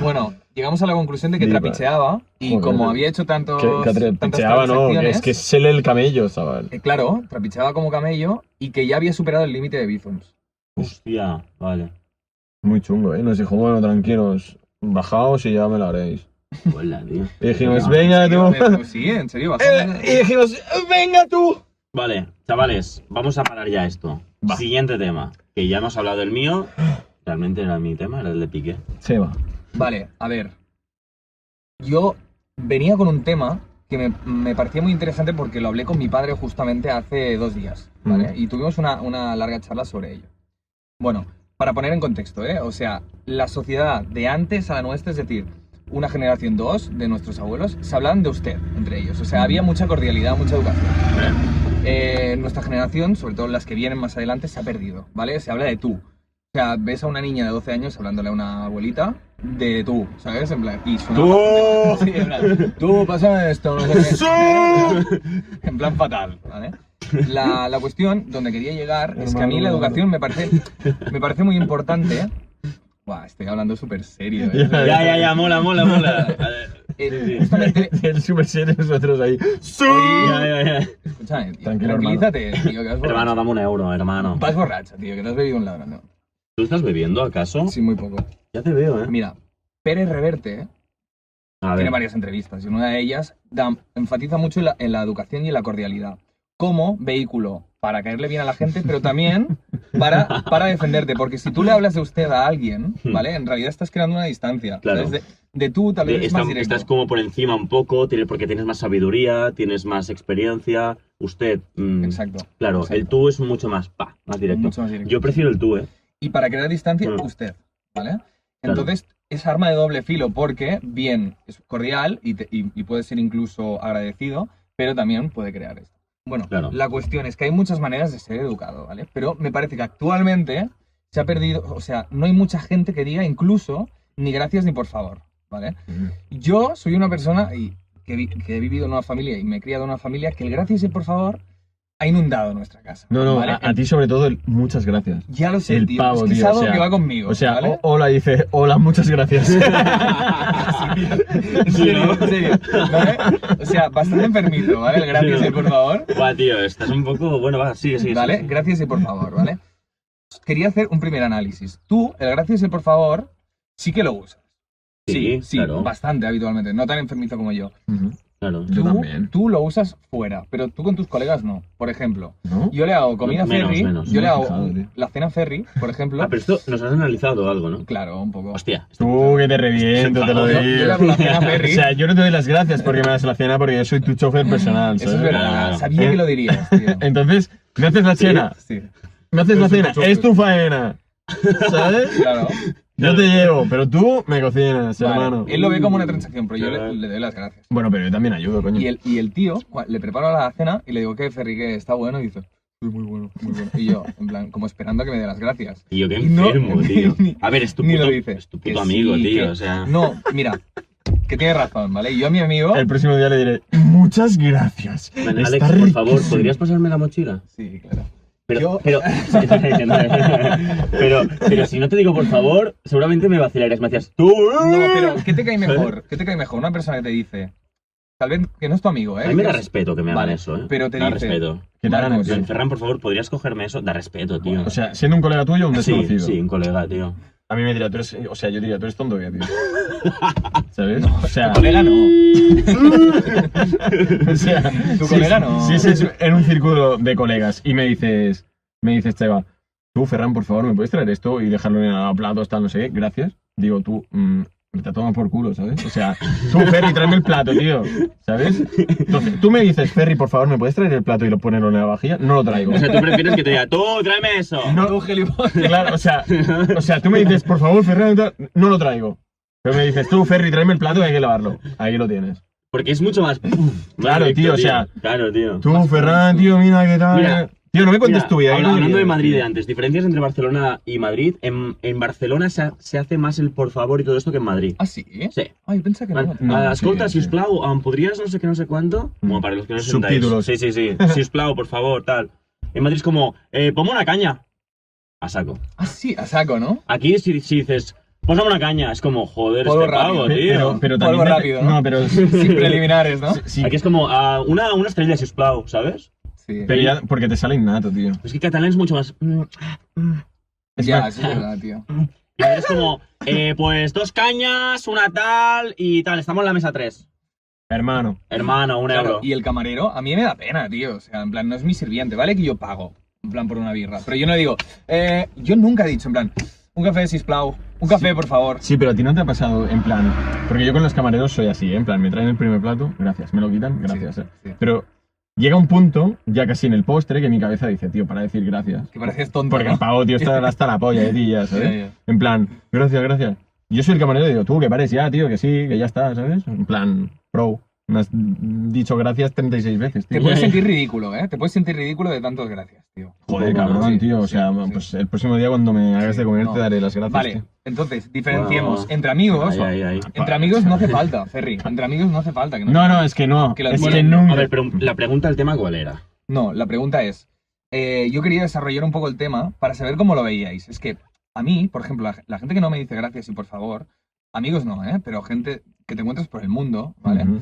[SPEAKER 3] Bueno, llegamos a la conclusión de que
[SPEAKER 2] Diva.
[SPEAKER 3] trapicheaba y
[SPEAKER 2] Joder.
[SPEAKER 3] como había hecho tantos,
[SPEAKER 2] Que, que atre-
[SPEAKER 3] tantas
[SPEAKER 2] picheaba, no.
[SPEAKER 3] transacciones,
[SPEAKER 2] Es que es él el camello, chaval.
[SPEAKER 3] eh, claro, trapicheaba como camello y que ya había superado el límite de bizums.
[SPEAKER 1] Hostia, vale.
[SPEAKER 2] Muy chungo, ¿eh? Nos dijo, bueno, tranquilos, bajaos y ya me la haréis.
[SPEAKER 1] Hola, tío.
[SPEAKER 2] Y dijimos,
[SPEAKER 1] No,
[SPEAKER 2] venga
[SPEAKER 3] Sí, pues.
[SPEAKER 2] tú.
[SPEAKER 3] pero sí, en
[SPEAKER 2] Eh,
[SPEAKER 3] serio,
[SPEAKER 2] Y
[SPEAKER 3] bastante.
[SPEAKER 2] dijimos, venga tú.
[SPEAKER 1] Vale, chavales, vamos a parar ya esto.
[SPEAKER 2] Va.
[SPEAKER 1] Siguiente tema, que ya hemos hablado del mío. Realmente era mi tema, era el de Piqué.
[SPEAKER 2] Se va.
[SPEAKER 3] Vale, a ver. Yo venía con un tema que me, me parecía muy interesante porque lo hablé con mi padre justamente hace dos días, ¿vale?
[SPEAKER 2] Mm.
[SPEAKER 3] Y tuvimos una, una larga charla sobre ello. Bueno, para poner en contexto, ¿eh? O sea, la sociedad de antes a la nuestra, es decir, una generación dos de nuestros abuelos, se hablaban de usted entre ellos. O sea, había mucha cordialidad, mucha educación. Eh, nuestra generación, sobre todo las que vienen más adelante, se ha perdido, ¿vale? Se habla de tú. O sea, ves a una niña de 12 años hablándole a una abuelita de tú, ¿sabes? En plan, y suena bastante- Sí, en plan, tú, pasa esto, no sé qué". En plan fatal, ¿vale? La, la cuestión donde quería llegar es que a mí la educación me parece, me parece muy importante. Buah, estoy hablando súper serio, ¿eh?
[SPEAKER 1] Ya, ya, ya, mola, mola, mola. A ver,
[SPEAKER 3] Eh, justamente,
[SPEAKER 2] El super serio nosotros ahí.
[SPEAKER 1] ya, ya, ya.
[SPEAKER 3] escúchame, tío,
[SPEAKER 2] Tranquilo, hermano.
[SPEAKER 3] tranquilízate, tío, que vas
[SPEAKER 1] Hermano,
[SPEAKER 3] borracho.
[SPEAKER 1] dame un euro, hermano.
[SPEAKER 3] Vas borracho, tío, que te has bebido un ladrando.
[SPEAKER 1] ¿Tú estás bebiendo acaso?
[SPEAKER 3] Sí, muy poco.
[SPEAKER 1] Ya te veo, ¿eh?
[SPEAKER 3] Mira, Pérez Reverte eh,
[SPEAKER 1] A ver.
[SPEAKER 3] tiene varias entrevistas y en una de ellas da- enfatiza mucho en la, en la educación y en la cordialidad como vehículo para caerle bien a la gente, pero también para, para defenderte, porque si tú le hablas de usted a alguien, ¿vale? En realidad estás creando una distancia.
[SPEAKER 1] Hmm. Claro.
[SPEAKER 3] ¿sabes? De, de tú tal vez
[SPEAKER 1] Te-
[SPEAKER 3] es más
[SPEAKER 1] está-
[SPEAKER 3] directo.
[SPEAKER 1] estás como por encima un poco, tiene- porque tienes más sabiduría, tienes más experiencia. Usted, mm,
[SPEAKER 3] Exacto.
[SPEAKER 1] claro,
[SPEAKER 3] exacto.
[SPEAKER 1] el tú es mucho más, pa, más directo.
[SPEAKER 3] Mucho más directo.
[SPEAKER 1] Yo prefiero el tú, ¿eh?
[SPEAKER 3] y para crear distancia,
[SPEAKER 1] Bueno.
[SPEAKER 3] usted, ¿vale? Entonces, es arma de doble filo porque, bien, es cordial y, te- y- y puede ser incluso agradecido, pero también puede crear esto. Bueno,
[SPEAKER 1] Claro.
[SPEAKER 3] la cuestión es que hay muchas maneras de ser educado, ¿vale? Pero me parece que actualmente se ha perdido, o sea, no hay mucha gente que diga incluso ni gracias ni por favor, ¿vale? Yo soy una persona y que, vi- que he vivido en una familia y me he criado en una familia que el gracias y por favor ha inundado nuestra casa.
[SPEAKER 2] No, no,
[SPEAKER 3] ¿vale?
[SPEAKER 2] a, a ti sobre todo, el muchas gracias.
[SPEAKER 3] Ya lo sé,
[SPEAKER 2] el
[SPEAKER 3] tío.
[SPEAKER 2] pavo,
[SPEAKER 3] es que es
[SPEAKER 2] tío, o
[SPEAKER 3] algo
[SPEAKER 2] sea-
[SPEAKER 3] que va conmigo.
[SPEAKER 2] O sea, oh,
[SPEAKER 3] ¿vale?
[SPEAKER 2] o- hola dice, hola, muchas gracias.
[SPEAKER 3] En serio, en serio. ¿Vale? O sea, bastante enfermito, ¿vale? El Gracias y por favor.
[SPEAKER 1] Buah, tío, estás un poco. Bueno, va, sigue, sigue.
[SPEAKER 3] ¿Vale?
[SPEAKER 1] sigue, sigue.
[SPEAKER 3] Gracias y por favor, ¿vale? Quería hacer un primer análisis. Tú, el gracias y por favor, sí que lo usas.
[SPEAKER 1] Sí,
[SPEAKER 3] sí,
[SPEAKER 1] claro.
[SPEAKER 3] bastante habitualmente. No tan enfermizo como yo.
[SPEAKER 2] Ujú.
[SPEAKER 1] Claro.
[SPEAKER 2] Yo
[SPEAKER 3] tú,
[SPEAKER 2] también.
[SPEAKER 3] Tú lo usas fuera, pero tú con tus colegas no. Por ejemplo,
[SPEAKER 2] ¿No?
[SPEAKER 3] yo le hago comida
[SPEAKER 1] Menos,
[SPEAKER 3] ferry,
[SPEAKER 1] menos.
[SPEAKER 3] yo
[SPEAKER 2] No me
[SPEAKER 3] le
[SPEAKER 2] he
[SPEAKER 3] hago
[SPEAKER 2] fijado, tío.
[SPEAKER 3] la cena ferry, por ejemplo.
[SPEAKER 1] Ah, pero esto nos has analizado algo, ¿no?
[SPEAKER 3] Claro, un poco.
[SPEAKER 1] Hostia.
[SPEAKER 2] Tú, que te reviento, te lo
[SPEAKER 3] Yo- yo le
[SPEAKER 2] digo.
[SPEAKER 3] hago la cena ferry.
[SPEAKER 2] O sea, yo no te doy las gracias porque me das la cena porque yo soy tu chofer personal,
[SPEAKER 3] Eso es
[SPEAKER 2] ¿sabes?
[SPEAKER 3] verdad.
[SPEAKER 1] Claro.
[SPEAKER 3] Sabía que lo dirías, tío.
[SPEAKER 2] Entonces, me haces la cena,
[SPEAKER 3] Sí,
[SPEAKER 2] me haces
[SPEAKER 3] Yo
[SPEAKER 2] la
[SPEAKER 3] soy
[SPEAKER 2] cena,
[SPEAKER 3] tu chofer.
[SPEAKER 2] es tu faena, ¿sabes?
[SPEAKER 3] claro.
[SPEAKER 2] Yo te llevo, pero tú me cocinas,
[SPEAKER 3] Vale,
[SPEAKER 2] hermano.
[SPEAKER 3] Él lo ve como una transacción, pero yo
[SPEAKER 1] Claro.
[SPEAKER 3] le, le doy las gracias.
[SPEAKER 2] Bueno, pero yo también ayudo, coño.
[SPEAKER 3] Y el, y el tío, cua- le preparo la cena y le digo que Ferri que está bueno y dice, "Sí, muy bueno, muy bueno. Y yo, en plan, como esperando a que me dé las gracias.
[SPEAKER 1] Tío, qué
[SPEAKER 3] No,
[SPEAKER 1] enfermo,
[SPEAKER 3] ni-
[SPEAKER 1] tío.
[SPEAKER 3] ni-
[SPEAKER 1] A ver, es tu
[SPEAKER 3] ni lo
[SPEAKER 1] puto,
[SPEAKER 3] dice.
[SPEAKER 1] es tu puto
[SPEAKER 3] Que
[SPEAKER 1] amigo,
[SPEAKER 3] sí,
[SPEAKER 1] tío.
[SPEAKER 3] que-
[SPEAKER 1] O sea.
[SPEAKER 3] No, mira, que tiene razón, ¿vale? Yo a mi amigo...
[SPEAKER 2] El próximo día le diré, muchas gracias.
[SPEAKER 1] Bueno,
[SPEAKER 2] está
[SPEAKER 1] Alex, por favor,
[SPEAKER 2] riquísimo".
[SPEAKER 1] ¿podrías pasarme la mochila?
[SPEAKER 3] Sí, claro.
[SPEAKER 1] Pero,
[SPEAKER 3] Yo-
[SPEAKER 1] pero, pero, pero si no te digo por favor, seguramente me vacilarías. Me hacías tú.
[SPEAKER 3] No, pero ¿qué te cae mejor? ¿Qué te cae mejor? Una persona que te dice, Tal vez que no es tu amigo, ¿eh?
[SPEAKER 1] A mí me da
[SPEAKER 3] Que-
[SPEAKER 1] respeto que me hagan
[SPEAKER 3] Vale,
[SPEAKER 1] eso, ¿eh?
[SPEAKER 3] pero te
[SPEAKER 1] da
[SPEAKER 3] dice-
[SPEAKER 1] respeto.
[SPEAKER 2] Que te hagan
[SPEAKER 3] Marcos,
[SPEAKER 2] el-
[SPEAKER 1] Ferran, por favor, ¿podrías cogerme eso? Da respeto, tío.
[SPEAKER 2] O sea, siendo un colega tuyo o un
[SPEAKER 1] sí,
[SPEAKER 2] desconocido.
[SPEAKER 1] sí, un colega, tío.
[SPEAKER 2] A mí me dirá, tú eres. O sea, yo diría, tú eres tonto ya, tío. ¿Sabes? o sea.
[SPEAKER 3] Tu colega no.
[SPEAKER 2] o sea,
[SPEAKER 3] Tu
[SPEAKER 2] si-
[SPEAKER 3] colega no.
[SPEAKER 2] Si es en un círculo de colegas y me dices. Me dices, Cheva, tú, Ferran, por favor, ¿me puedes traer esto y dejarlo en el plato, tal, no sé qué? Gracias. Digo, tú. mm, me te tomas por culo, ¿sabes? O sea, tú, Ferry, tráeme el plato, tío. ¿Sabes? Entonces, tú me dices, Ferry, por favor, ¿me puedes traer el plato y lo ponerlo en la vajilla? No lo traigo.
[SPEAKER 1] O sea, tú prefieres que te diga, tú, tráeme eso.
[SPEAKER 2] No, Claro, o sea, o sea, tú me dices, por favor, Ferran, tal, no lo traigo. Pero me dices, tú, Ferry, tráeme el plato que hay que lavarlo. Ahí lo tienes.
[SPEAKER 1] Porque es mucho más. más
[SPEAKER 2] Claro,
[SPEAKER 1] directo,
[SPEAKER 2] tío, o sea,
[SPEAKER 1] Claro, tío.
[SPEAKER 2] Tú, Ferran, tío, mira qué tal.
[SPEAKER 1] Mira,
[SPEAKER 2] tío, no me cuentes
[SPEAKER 1] Mira,
[SPEAKER 2] tu vida. ¿qué
[SPEAKER 1] habla-
[SPEAKER 2] coño
[SPEAKER 1] hablando de
[SPEAKER 2] quieres,
[SPEAKER 1] Madrid
[SPEAKER 2] tío?
[SPEAKER 1] de antes, diferencias entre Barcelona y Madrid. En, en Barcelona se, ha- se hace más el por favor y todo esto que en Madrid.
[SPEAKER 3] ¿Ah, sí?
[SPEAKER 1] Sí.
[SPEAKER 3] Ay, pensé que no.
[SPEAKER 2] No,
[SPEAKER 1] a las
[SPEAKER 2] sí,
[SPEAKER 1] cotas,
[SPEAKER 2] sí.
[SPEAKER 1] si us plau, em, podrías no sé qué, no sé cuánto. Como para los que no se
[SPEAKER 2] Subtítulos.
[SPEAKER 1] Sí, sí, sí. Si us plau, por favor, tal. En Madrid es como, eh, ponme una caña. A saco.
[SPEAKER 3] Ah, sí, a saco, ¿no?
[SPEAKER 1] Aquí si, si dices, ponme una caña, es como, joder,
[SPEAKER 3] Polvo
[SPEAKER 1] este pavo,
[SPEAKER 3] rápido.
[SPEAKER 1] tío.
[SPEAKER 2] Pero, pero
[SPEAKER 3] Polvo
[SPEAKER 2] también. te-
[SPEAKER 3] rápido, ¿no?
[SPEAKER 2] No, pero.
[SPEAKER 3] Sin preliminares, ¿no?
[SPEAKER 2] sí,
[SPEAKER 1] Aquí es como, ah, una, una estrella, si us plau, ¿sabes?
[SPEAKER 3] Sí.
[SPEAKER 2] pero ya, porque te sale innato, tío.
[SPEAKER 1] Es que catalán es mucho más. mm,
[SPEAKER 2] Es
[SPEAKER 3] Ya,
[SPEAKER 2] más-
[SPEAKER 3] eso es verdad, tío.
[SPEAKER 1] Y es como, eh, pues dos cañas, una tal y tal. Estamos en la mesa 3.
[SPEAKER 2] Hermano.
[SPEAKER 1] Hermano, un
[SPEAKER 3] Claro,
[SPEAKER 1] euro.
[SPEAKER 3] y el camarero a mí me da pena, tío. O sea, en plan, no es mi sirviente, ¿vale? Que yo pago, en plan, por una birra. Pero yo no digo, eh, yo nunca he dicho, en plan, un café de Sisplau, un café, por favor.
[SPEAKER 2] Sí, pero a ti no te ha pasado, en plan. Porque yo con los camareros soy así, ¿eh? en plan, me traen el primer plato, gracias. Me lo quitan, gracias.
[SPEAKER 3] Sí,
[SPEAKER 2] eh.
[SPEAKER 3] sí.
[SPEAKER 2] Pero llega un punto, ya casi en el postre, que mi cabeza dice, tío, para decir gracias.
[SPEAKER 3] Que pareces tonto.
[SPEAKER 2] Porque
[SPEAKER 3] ¿no?
[SPEAKER 2] el pavo, tío, está hasta la polla de ti ya, ¿sabes?
[SPEAKER 3] Ya, ya.
[SPEAKER 2] En plan, gracias, gracias. Yo soy el camarero y digo, tú, que pares ya, tío, que sí, que ya está, ¿sabes? En plan, pro. Me has dicho gracias 36 veces,
[SPEAKER 3] Te
[SPEAKER 2] tío.
[SPEAKER 3] puedes sentir ridículo, ¿eh? Te puedes sentir ridículo de tantos gracias, tío.
[SPEAKER 2] Joder,
[SPEAKER 1] poco,
[SPEAKER 2] cabrón,
[SPEAKER 3] sí,
[SPEAKER 2] tío. O
[SPEAKER 3] sí,
[SPEAKER 2] sea,
[SPEAKER 3] sí.
[SPEAKER 2] pues el próximo día cuando me hagas
[SPEAKER 3] Sí,
[SPEAKER 2] de comer
[SPEAKER 3] no.
[SPEAKER 2] te daré las gracias.
[SPEAKER 3] Vale,
[SPEAKER 2] tío.
[SPEAKER 3] entonces, diferenciemos.
[SPEAKER 1] Wow.
[SPEAKER 3] Entre amigos,
[SPEAKER 1] Ay, ay, ay.
[SPEAKER 3] entre amigos no hace falta, Ferry. Entre amigos no hace falta. Que no,
[SPEAKER 2] No, no, es que no.
[SPEAKER 3] Que lo
[SPEAKER 2] es que
[SPEAKER 3] devuelvan.
[SPEAKER 2] nunca.
[SPEAKER 1] A ver, pero la pregunta del tema, ¿cuál era?
[SPEAKER 3] No, la pregunta es, eh, yo quería desarrollar un poco el tema para saber cómo lo veíais. Es que a mí, por ejemplo, la, la gente que no me dice gracias y por favor, amigos no, ¿eh? Pero gente que te encuentras por el mundo, ¿vale?
[SPEAKER 2] Ujú.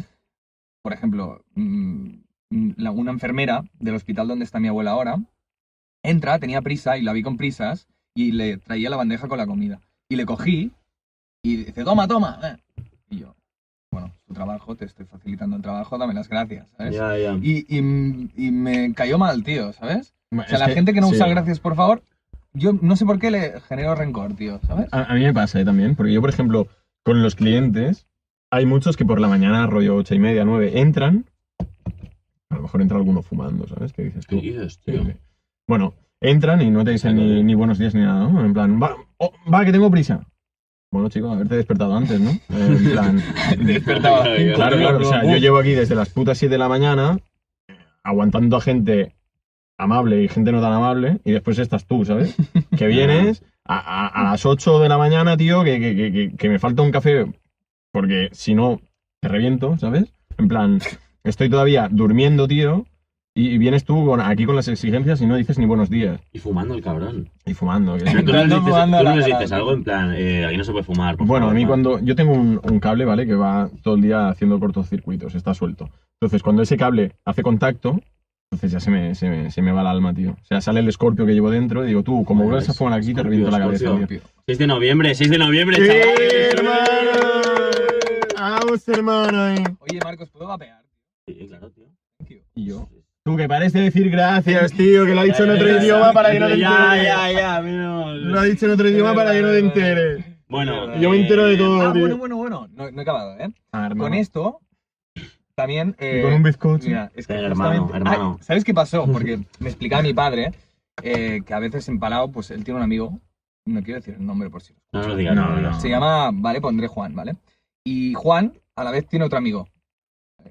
[SPEAKER 3] Por ejemplo, mm, mm, la- una enfermera del hospital donde está mi abuela ahora, entra, tenía prisa y la vi con prisas y le traía la bandeja con la comida. Y le cogí y dice, toma, toma. eh". Y yo, bueno, tu trabajo, te estoy facilitando el trabajo, dame las gracias, ¿sabes?
[SPEAKER 1] Ya, ya.
[SPEAKER 3] Y, y, y me cayó mal, tío, ¿sabes? O
[SPEAKER 2] Bueno,
[SPEAKER 3] sea,
[SPEAKER 2] es
[SPEAKER 3] la gente que no usa
[SPEAKER 2] sí.
[SPEAKER 3] el gracias por favor, yo no sé por qué le genero rencor, tío, ¿sabes?
[SPEAKER 2] A, a mí me pasa eh, también, porque yo, por ejemplo, con los clientes, hay muchos que por la mañana, rollo ocho y media, nueve, entran. A lo mejor entra alguno fumando, ¿sabes? ¿Qué dices
[SPEAKER 1] ¿Qué
[SPEAKER 2] tú?
[SPEAKER 1] dices,
[SPEAKER 2] Sí,
[SPEAKER 1] tío?
[SPEAKER 2] sí. este, Bueno, entran y no te dicen ni, ni buenos días ni nada, ¿no? En plan, va, oh, va, que tengo prisa. Bueno, chicos, haberte despertado antes, ¿no? Eh, En plan, Ah,
[SPEAKER 3] Despertaba.
[SPEAKER 1] Claro,
[SPEAKER 3] cinco,
[SPEAKER 2] claro, claro, o sea,
[SPEAKER 3] uf,
[SPEAKER 2] yo llevo aquí desde las putas 7 de la mañana eh, aguantando a gente amable y gente no tan amable, y después estás tú, ¿sabes? Que vienes a, a- a las 8 de la mañana, tío, que, que- que- que- que me falta un café, porque si no, te reviento, ¿sabes? En plan, estoy todavía durmiendo, tío, y, y vienes tú con- aquí con las exigencias y no dices ni buenos días,
[SPEAKER 1] Y fumando el cabrón.
[SPEAKER 2] y fumando. que-
[SPEAKER 1] Tú no les
[SPEAKER 3] Ando
[SPEAKER 1] dices, tú
[SPEAKER 3] fumando
[SPEAKER 1] no
[SPEAKER 3] la-
[SPEAKER 1] les dices
[SPEAKER 3] la-
[SPEAKER 1] algo en plan, eh, aquí no se puede fumar. por
[SPEAKER 2] Bueno, a
[SPEAKER 1] favor,
[SPEAKER 2] mí
[SPEAKER 1] tal.
[SPEAKER 2] cuando... Yo tengo un, un cable, ¿vale? Que va todo el día haciendo cortocircuitos, está suelto. Entonces, cuando ese cable hace contacto, entonces ya se me, se me, se me va el alma, tío. O sea, sale el escorpio que llevo dentro y digo, tú, como
[SPEAKER 1] Joder,
[SPEAKER 2] vuelvas a fumar aquí, te
[SPEAKER 1] Scorpio,
[SPEAKER 2] reviento la cabeza,
[SPEAKER 1] Scorpio.
[SPEAKER 2] tío.
[SPEAKER 1] 6 de noviembre, 6 de noviembre,
[SPEAKER 2] ¡Sí,
[SPEAKER 1] chavales.
[SPEAKER 2] ¡Vamos, hermano! eh!
[SPEAKER 3] Oye, Marcos, ¿puedo vapear?
[SPEAKER 1] Sí, claro, tío.
[SPEAKER 3] Tío?
[SPEAKER 2] Y yo... Tú, que pares de decir gracias, tío, que lo ha dicho en
[SPEAKER 1] Ya,
[SPEAKER 2] otro
[SPEAKER 1] ya, ya,
[SPEAKER 2] idioma
[SPEAKER 1] ya,
[SPEAKER 2] para que no te
[SPEAKER 1] Ya,
[SPEAKER 2] enteres.
[SPEAKER 1] ya, ya, menos.
[SPEAKER 2] Lo ha dicho en otro idioma para que no te enteres.
[SPEAKER 1] Bueno, eh,
[SPEAKER 2] Yo me entero de todo.
[SPEAKER 3] Ah,
[SPEAKER 2] tío.
[SPEAKER 3] bueno, bueno, bueno. No, no he acabado, ¿eh?
[SPEAKER 2] Ah, hermano.
[SPEAKER 3] Con esto, también...
[SPEAKER 2] Y
[SPEAKER 3] Eh,
[SPEAKER 2] con un bizcocho.
[SPEAKER 3] mira, es que
[SPEAKER 1] Ven, hermano,
[SPEAKER 3] justamente-
[SPEAKER 1] hermano.
[SPEAKER 3] Ay, ¿Sabes qué pasó? Porque me explicaba mi padre eh, que a veces en Palau, pues él tiene un amigo, no quiero decir el nombre por si
[SPEAKER 1] No lo digas, no lo digas.
[SPEAKER 3] Se llama, vale, pondré Juan, ¿vale? Y Juan a la vez tiene otro amigo.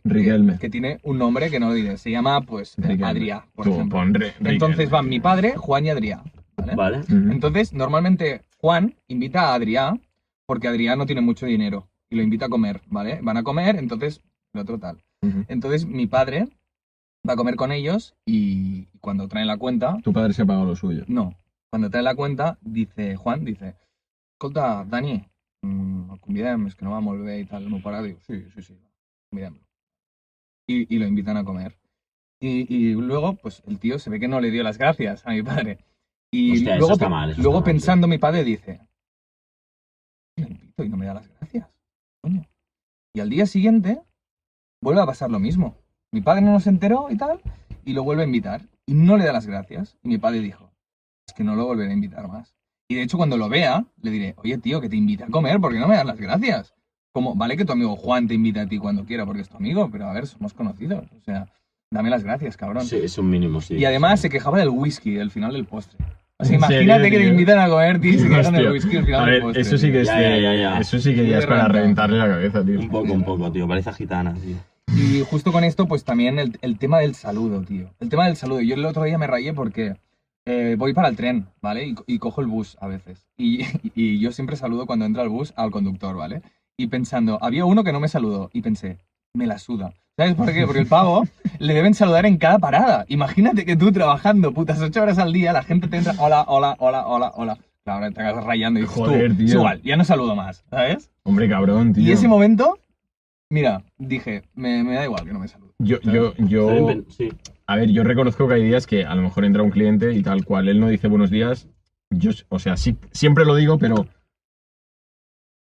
[SPEAKER 2] Riquelme.
[SPEAKER 3] Que, que tiene un nombre que no lo diré. Se llama, pues, eh,
[SPEAKER 2] Riquelme.
[SPEAKER 3] Adrià, por
[SPEAKER 2] Tú,
[SPEAKER 3] ejemplo.
[SPEAKER 2] pon re-
[SPEAKER 3] Entonces
[SPEAKER 2] Riquelme.
[SPEAKER 3] van mi padre, Juan y Adrià.
[SPEAKER 2] ¿eh?
[SPEAKER 3] ¿vale?
[SPEAKER 1] Vale.
[SPEAKER 2] Ujú.
[SPEAKER 3] Entonces, normalmente Juan invita a Adrià porque Adrià no tiene mucho dinero y lo invita a comer, ¿vale? Van a comer, entonces, el otro tal.
[SPEAKER 2] Ujú.
[SPEAKER 3] Entonces, mi padre va a comer con ellos y cuando traen la cuenta,
[SPEAKER 2] Tu padre se ha pagado lo suyo.
[SPEAKER 3] No. Cuando trae la cuenta, dice Juan, dice, escolta, Dani, mm, convidem, és que no va molt bé i tal, el meu pare diu, sí, sí, sí, convidem. y, y lo invitan a comer. Y, y luego, pues el tío se ve que no le dio las gracias a mi padre. Y
[SPEAKER 1] Hostia, eso
[SPEAKER 3] luego,
[SPEAKER 1] está
[SPEAKER 3] pe-
[SPEAKER 1] mal, eso
[SPEAKER 3] luego
[SPEAKER 1] está mal,
[SPEAKER 3] pensando, mi padre dice: "Le invito Y no me da las gracias. Coño. Y al día siguiente vuelve a pasar lo mismo. Mi padre no nos enteró y tal, y lo vuelve a invitar. Y no le da las gracias. Y mi padre dijo: Es que no lo volveré a invitar más. Y de hecho, cuando lo vea, le diré, oye, tío, que te invita a comer, ¿por qué no me das las gracias? Como, vale que tu amigo Juan te invita a ti cuando quiera porque es tu amigo, pero a ver, somos conocidos. O sea, dame las gracias, cabrón.
[SPEAKER 1] Sí, es un mínimo, sí.
[SPEAKER 3] y además se quejaba del whisky al final del postre. O sea,
[SPEAKER 2] ¿En serio,
[SPEAKER 3] imagínate que te
[SPEAKER 2] tío?
[SPEAKER 3] invitan a comer, tío, y se quejan del
[SPEAKER 2] Hostia.
[SPEAKER 3] whisky al final
[SPEAKER 2] A
[SPEAKER 3] del
[SPEAKER 2] ver,
[SPEAKER 3] postre.
[SPEAKER 2] eso sí
[SPEAKER 3] tío.
[SPEAKER 2] que es,
[SPEAKER 1] pues, eh, Ya, ya, ya, ya.
[SPEAKER 2] Eso sí que
[SPEAKER 3] Muy
[SPEAKER 2] ya es para
[SPEAKER 3] random.
[SPEAKER 2] reventarle la cabeza, tío.
[SPEAKER 1] Un poco, un poco, tío. Parece gitana, tío.
[SPEAKER 3] Y justo con esto, pues también el, el tema del saludo, tío. El tema del saludo. Yo el otro día me rayé porque eh, voy para el tren, ¿vale? Y, co- y cojo el bus a veces. Y, y yo siempre saludo cuando entra el bus al conductor, ¿vale? Y pensando, había uno que no me saludó. Y pensé, me la suda. ¿Sabes por qué? Porque el pavo le deben saludar en cada parada. Imagínate que tú trabajando putas ocho horas al día, la gente te entra, hola, hola, hola, hola, hola. Claro, ahora te acabas rayando y dices,
[SPEAKER 2] Joder,
[SPEAKER 3] tú,
[SPEAKER 2] tío.
[SPEAKER 3] es igual, ya no saludo más, ¿sabes?
[SPEAKER 2] Hombre, cabrón, tío.
[SPEAKER 3] Y ese momento, mira, dije, me, me da igual que no me salude.
[SPEAKER 2] Yo, yo, yo.
[SPEAKER 1] Sí.
[SPEAKER 2] A ver, yo reconozco que hay días que a lo mejor entra un cliente y tal cual él no dice buenos días. Yo, o sea, sí, siempre lo digo, pero.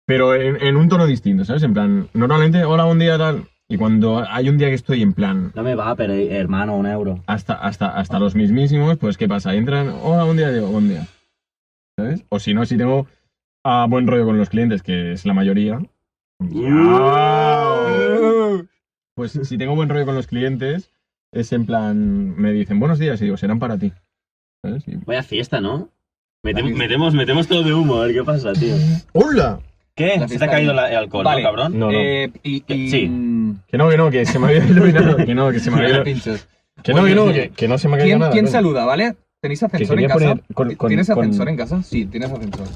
[SPEAKER 2] Pero en, en un tono distinto, ¿sabes? En plan, normalmente, hola, buen día, tal. Y cuando hay un día que estoy en plan,
[SPEAKER 1] No me va, pero eh, hermano, un euro.
[SPEAKER 2] hasta, hasta, hasta los mismísimos, pues ¿qué pasa? Entran, hola, buen día, digo, buen día. ¿Sabes? O si no, si tengo ah, buen rollo con los clientes, que es la mayoría. ¡Yao! Pues si tengo buen rollo con los clientes, es en plan, me dicen buenos días y digo, serán para ti. ¿Sabes? Y-
[SPEAKER 1] Vaya fiesta, ¿no? Metem- metemos, metemos todo de humo, a ver qué pasa, tío.
[SPEAKER 2] ¡Hola!
[SPEAKER 1] ¿Qué?
[SPEAKER 3] La
[SPEAKER 1] Se te
[SPEAKER 3] fiesta
[SPEAKER 1] ha caído la- el alcohol,
[SPEAKER 3] Vale.
[SPEAKER 1] ¿no, cabrón?
[SPEAKER 2] No, no.
[SPEAKER 3] Eh, y, y-
[SPEAKER 1] Sí.
[SPEAKER 3] mm,
[SPEAKER 2] Que no, que no, que se me había iluminado. Que no, que se me había
[SPEAKER 3] Mira,
[SPEAKER 2] iluminado.
[SPEAKER 3] pinchos.
[SPEAKER 2] Que no, que no, que, que no se me ha caído
[SPEAKER 3] ¿Quién,
[SPEAKER 2] nada.
[SPEAKER 3] quién
[SPEAKER 2] coño.
[SPEAKER 3] saluda, vale? ¿Tenéis ascensor
[SPEAKER 2] quería
[SPEAKER 3] en casa?
[SPEAKER 2] poner con- con-
[SPEAKER 3] ¿Tienes
[SPEAKER 2] con-
[SPEAKER 3] ascensor en casa? Sí, tienes ascensor.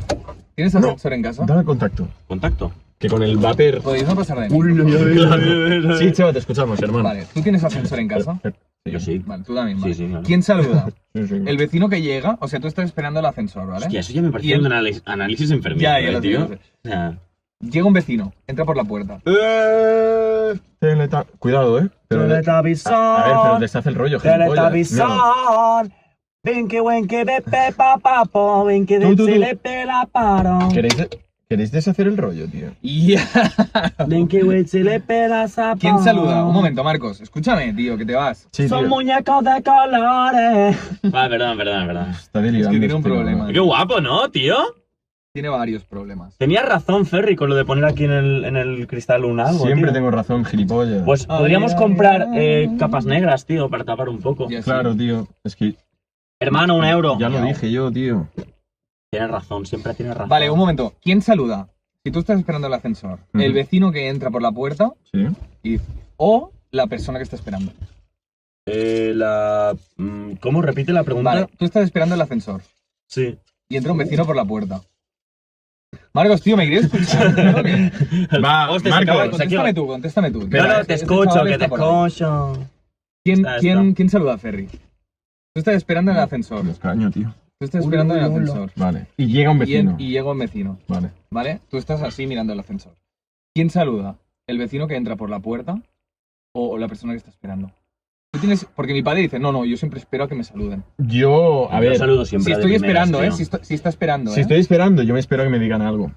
[SPEAKER 3] ¿Tienes ascensor en casa?
[SPEAKER 2] Dame el contacto.
[SPEAKER 1] Contacto.
[SPEAKER 2] Que con el vapor...
[SPEAKER 3] Podéis no pasar de mí.
[SPEAKER 2] Sí, chaval, te escuchamos, hermano.
[SPEAKER 3] Vale, ¿tú tienes ascensor en casa?
[SPEAKER 1] Yo sí.
[SPEAKER 3] Vale, tú también,
[SPEAKER 1] Sí,
[SPEAKER 3] vale.
[SPEAKER 1] sí, claro.
[SPEAKER 3] ¿Quién saluda?
[SPEAKER 2] Sí, sí.
[SPEAKER 3] El vecino que llega, o sea, tú estás esperando el ascensor, ¿vale?
[SPEAKER 1] Hostia, eso ya me
[SPEAKER 3] Y
[SPEAKER 1] parecía
[SPEAKER 3] el-
[SPEAKER 1] un anali- análisis enfermizo,
[SPEAKER 3] Ya, ya
[SPEAKER 1] eh,
[SPEAKER 3] lo sé,
[SPEAKER 1] tío.
[SPEAKER 3] lo sé.
[SPEAKER 1] O sea,
[SPEAKER 3] Llega un vecino, entra por la puerta.
[SPEAKER 2] Eh, teleta- Cuidado, eh. Pero
[SPEAKER 5] Teletubbies
[SPEAKER 2] a, a ver, pero
[SPEAKER 5] son,
[SPEAKER 2] deshace el rollo,
[SPEAKER 5] Teletubbies
[SPEAKER 2] gilipollas. No.
[SPEAKER 5] son. Winky, winky, bepe, papapo, winky,
[SPEAKER 2] Tú, tú,
[SPEAKER 5] dipsy,
[SPEAKER 2] tú.
[SPEAKER 5] lepe, la paro.
[SPEAKER 2] ¿Queréis, de- queréis deshacer el rollo, tío?
[SPEAKER 5] Winky, winky, lepe, la sapo.
[SPEAKER 3] ¿Quién
[SPEAKER 2] Ah.
[SPEAKER 3] saluda? Un momento, Marcos. Escúchame, tío, que te vas.
[SPEAKER 2] Sí,
[SPEAKER 5] Son
[SPEAKER 2] tío.
[SPEAKER 5] muñecos de colores.
[SPEAKER 1] va, Ah, perdón, perdón, perdón.
[SPEAKER 2] Está delirando.
[SPEAKER 3] Es que tiene un
[SPEAKER 2] este
[SPEAKER 3] problema.
[SPEAKER 1] Qué guapo, ¿no, tío?
[SPEAKER 3] Tiene varios problemas.
[SPEAKER 1] Tenías razón, Ferry, con lo de poner aquí en el, en el cristal un
[SPEAKER 2] cabrón.
[SPEAKER 1] algo,
[SPEAKER 2] Siempre
[SPEAKER 1] tío.
[SPEAKER 2] tengo razón, gilipollas.
[SPEAKER 1] Pues
[SPEAKER 3] Ay,
[SPEAKER 1] podríamos
[SPEAKER 3] ay,
[SPEAKER 1] comprar
[SPEAKER 3] ay.
[SPEAKER 1] eh, capas negras, tío, para tapar un poco.
[SPEAKER 3] Ya sé.
[SPEAKER 2] claro, tío. Es que
[SPEAKER 1] Hermano, un euro.
[SPEAKER 2] ya lo dije yo, tío.
[SPEAKER 1] Tienes razón, siempre tienes razón.
[SPEAKER 3] Vale, un momento. ¿Quién saluda? Si tú estás esperando el ascensor, el
[SPEAKER 2] Ujú.
[SPEAKER 3] vecino que entra por la puerta
[SPEAKER 2] Sí.
[SPEAKER 3] y- o la persona que está esperando.
[SPEAKER 1] Eh, la... mm, ¿Cómo? Repite la pregunta.
[SPEAKER 3] Vale, tú estás esperando el ascensor
[SPEAKER 1] Sí.
[SPEAKER 3] y entra un vecino por la puerta. Marcos, tío, ¿me quieres escuchar? tío, o qué?
[SPEAKER 2] Va,
[SPEAKER 1] Hostia, se acaba de
[SPEAKER 2] Marcos.
[SPEAKER 1] conseguir-
[SPEAKER 3] contéstame tú, contéstame tú.
[SPEAKER 1] No, no,
[SPEAKER 3] Este-
[SPEAKER 1] te
[SPEAKER 3] este
[SPEAKER 1] escucho,
[SPEAKER 3] chaval
[SPEAKER 1] que te
[SPEAKER 3] está por ahí.
[SPEAKER 1] escucho.
[SPEAKER 3] ¿Quién,
[SPEAKER 1] Está,
[SPEAKER 3] quién,
[SPEAKER 1] está.
[SPEAKER 3] quién saluda a Ferry? Tú estás esperando en el ascensor.
[SPEAKER 2] Los caño, tío.
[SPEAKER 3] Tú estás esperando en el ascensor.
[SPEAKER 2] Vale. Y llega un
[SPEAKER 3] Y, en-
[SPEAKER 2] vecino.
[SPEAKER 3] y llega un vecino,
[SPEAKER 2] Vale.
[SPEAKER 3] ¿vale? Tú estás así mirando el ascensor. ¿Quién saluda? ¿El vecino que entra por la puerta o, o la persona que está esperando? Tú tienes, porque mi padre dice, no, no, yo siempre espero a que me saluden.
[SPEAKER 2] Yo, a
[SPEAKER 1] Yo
[SPEAKER 2] ver.
[SPEAKER 1] saludo siempre
[SPEAKER 3] Si
[SPEAKER 1] de
[SPEAKER 3] estoy
[SPEAKER 1] primeras,
[SPEAKER 3] esperando,
[SPEAKER 1] tío.
[SPEAKER 3] ¿eh? Si, esto- si está esperando,
[SPEAKER 2] Si
[SPEAKER 3] ¿eh?
[SPEAKER 2] estoy esperando, yo me espero que me digan algo.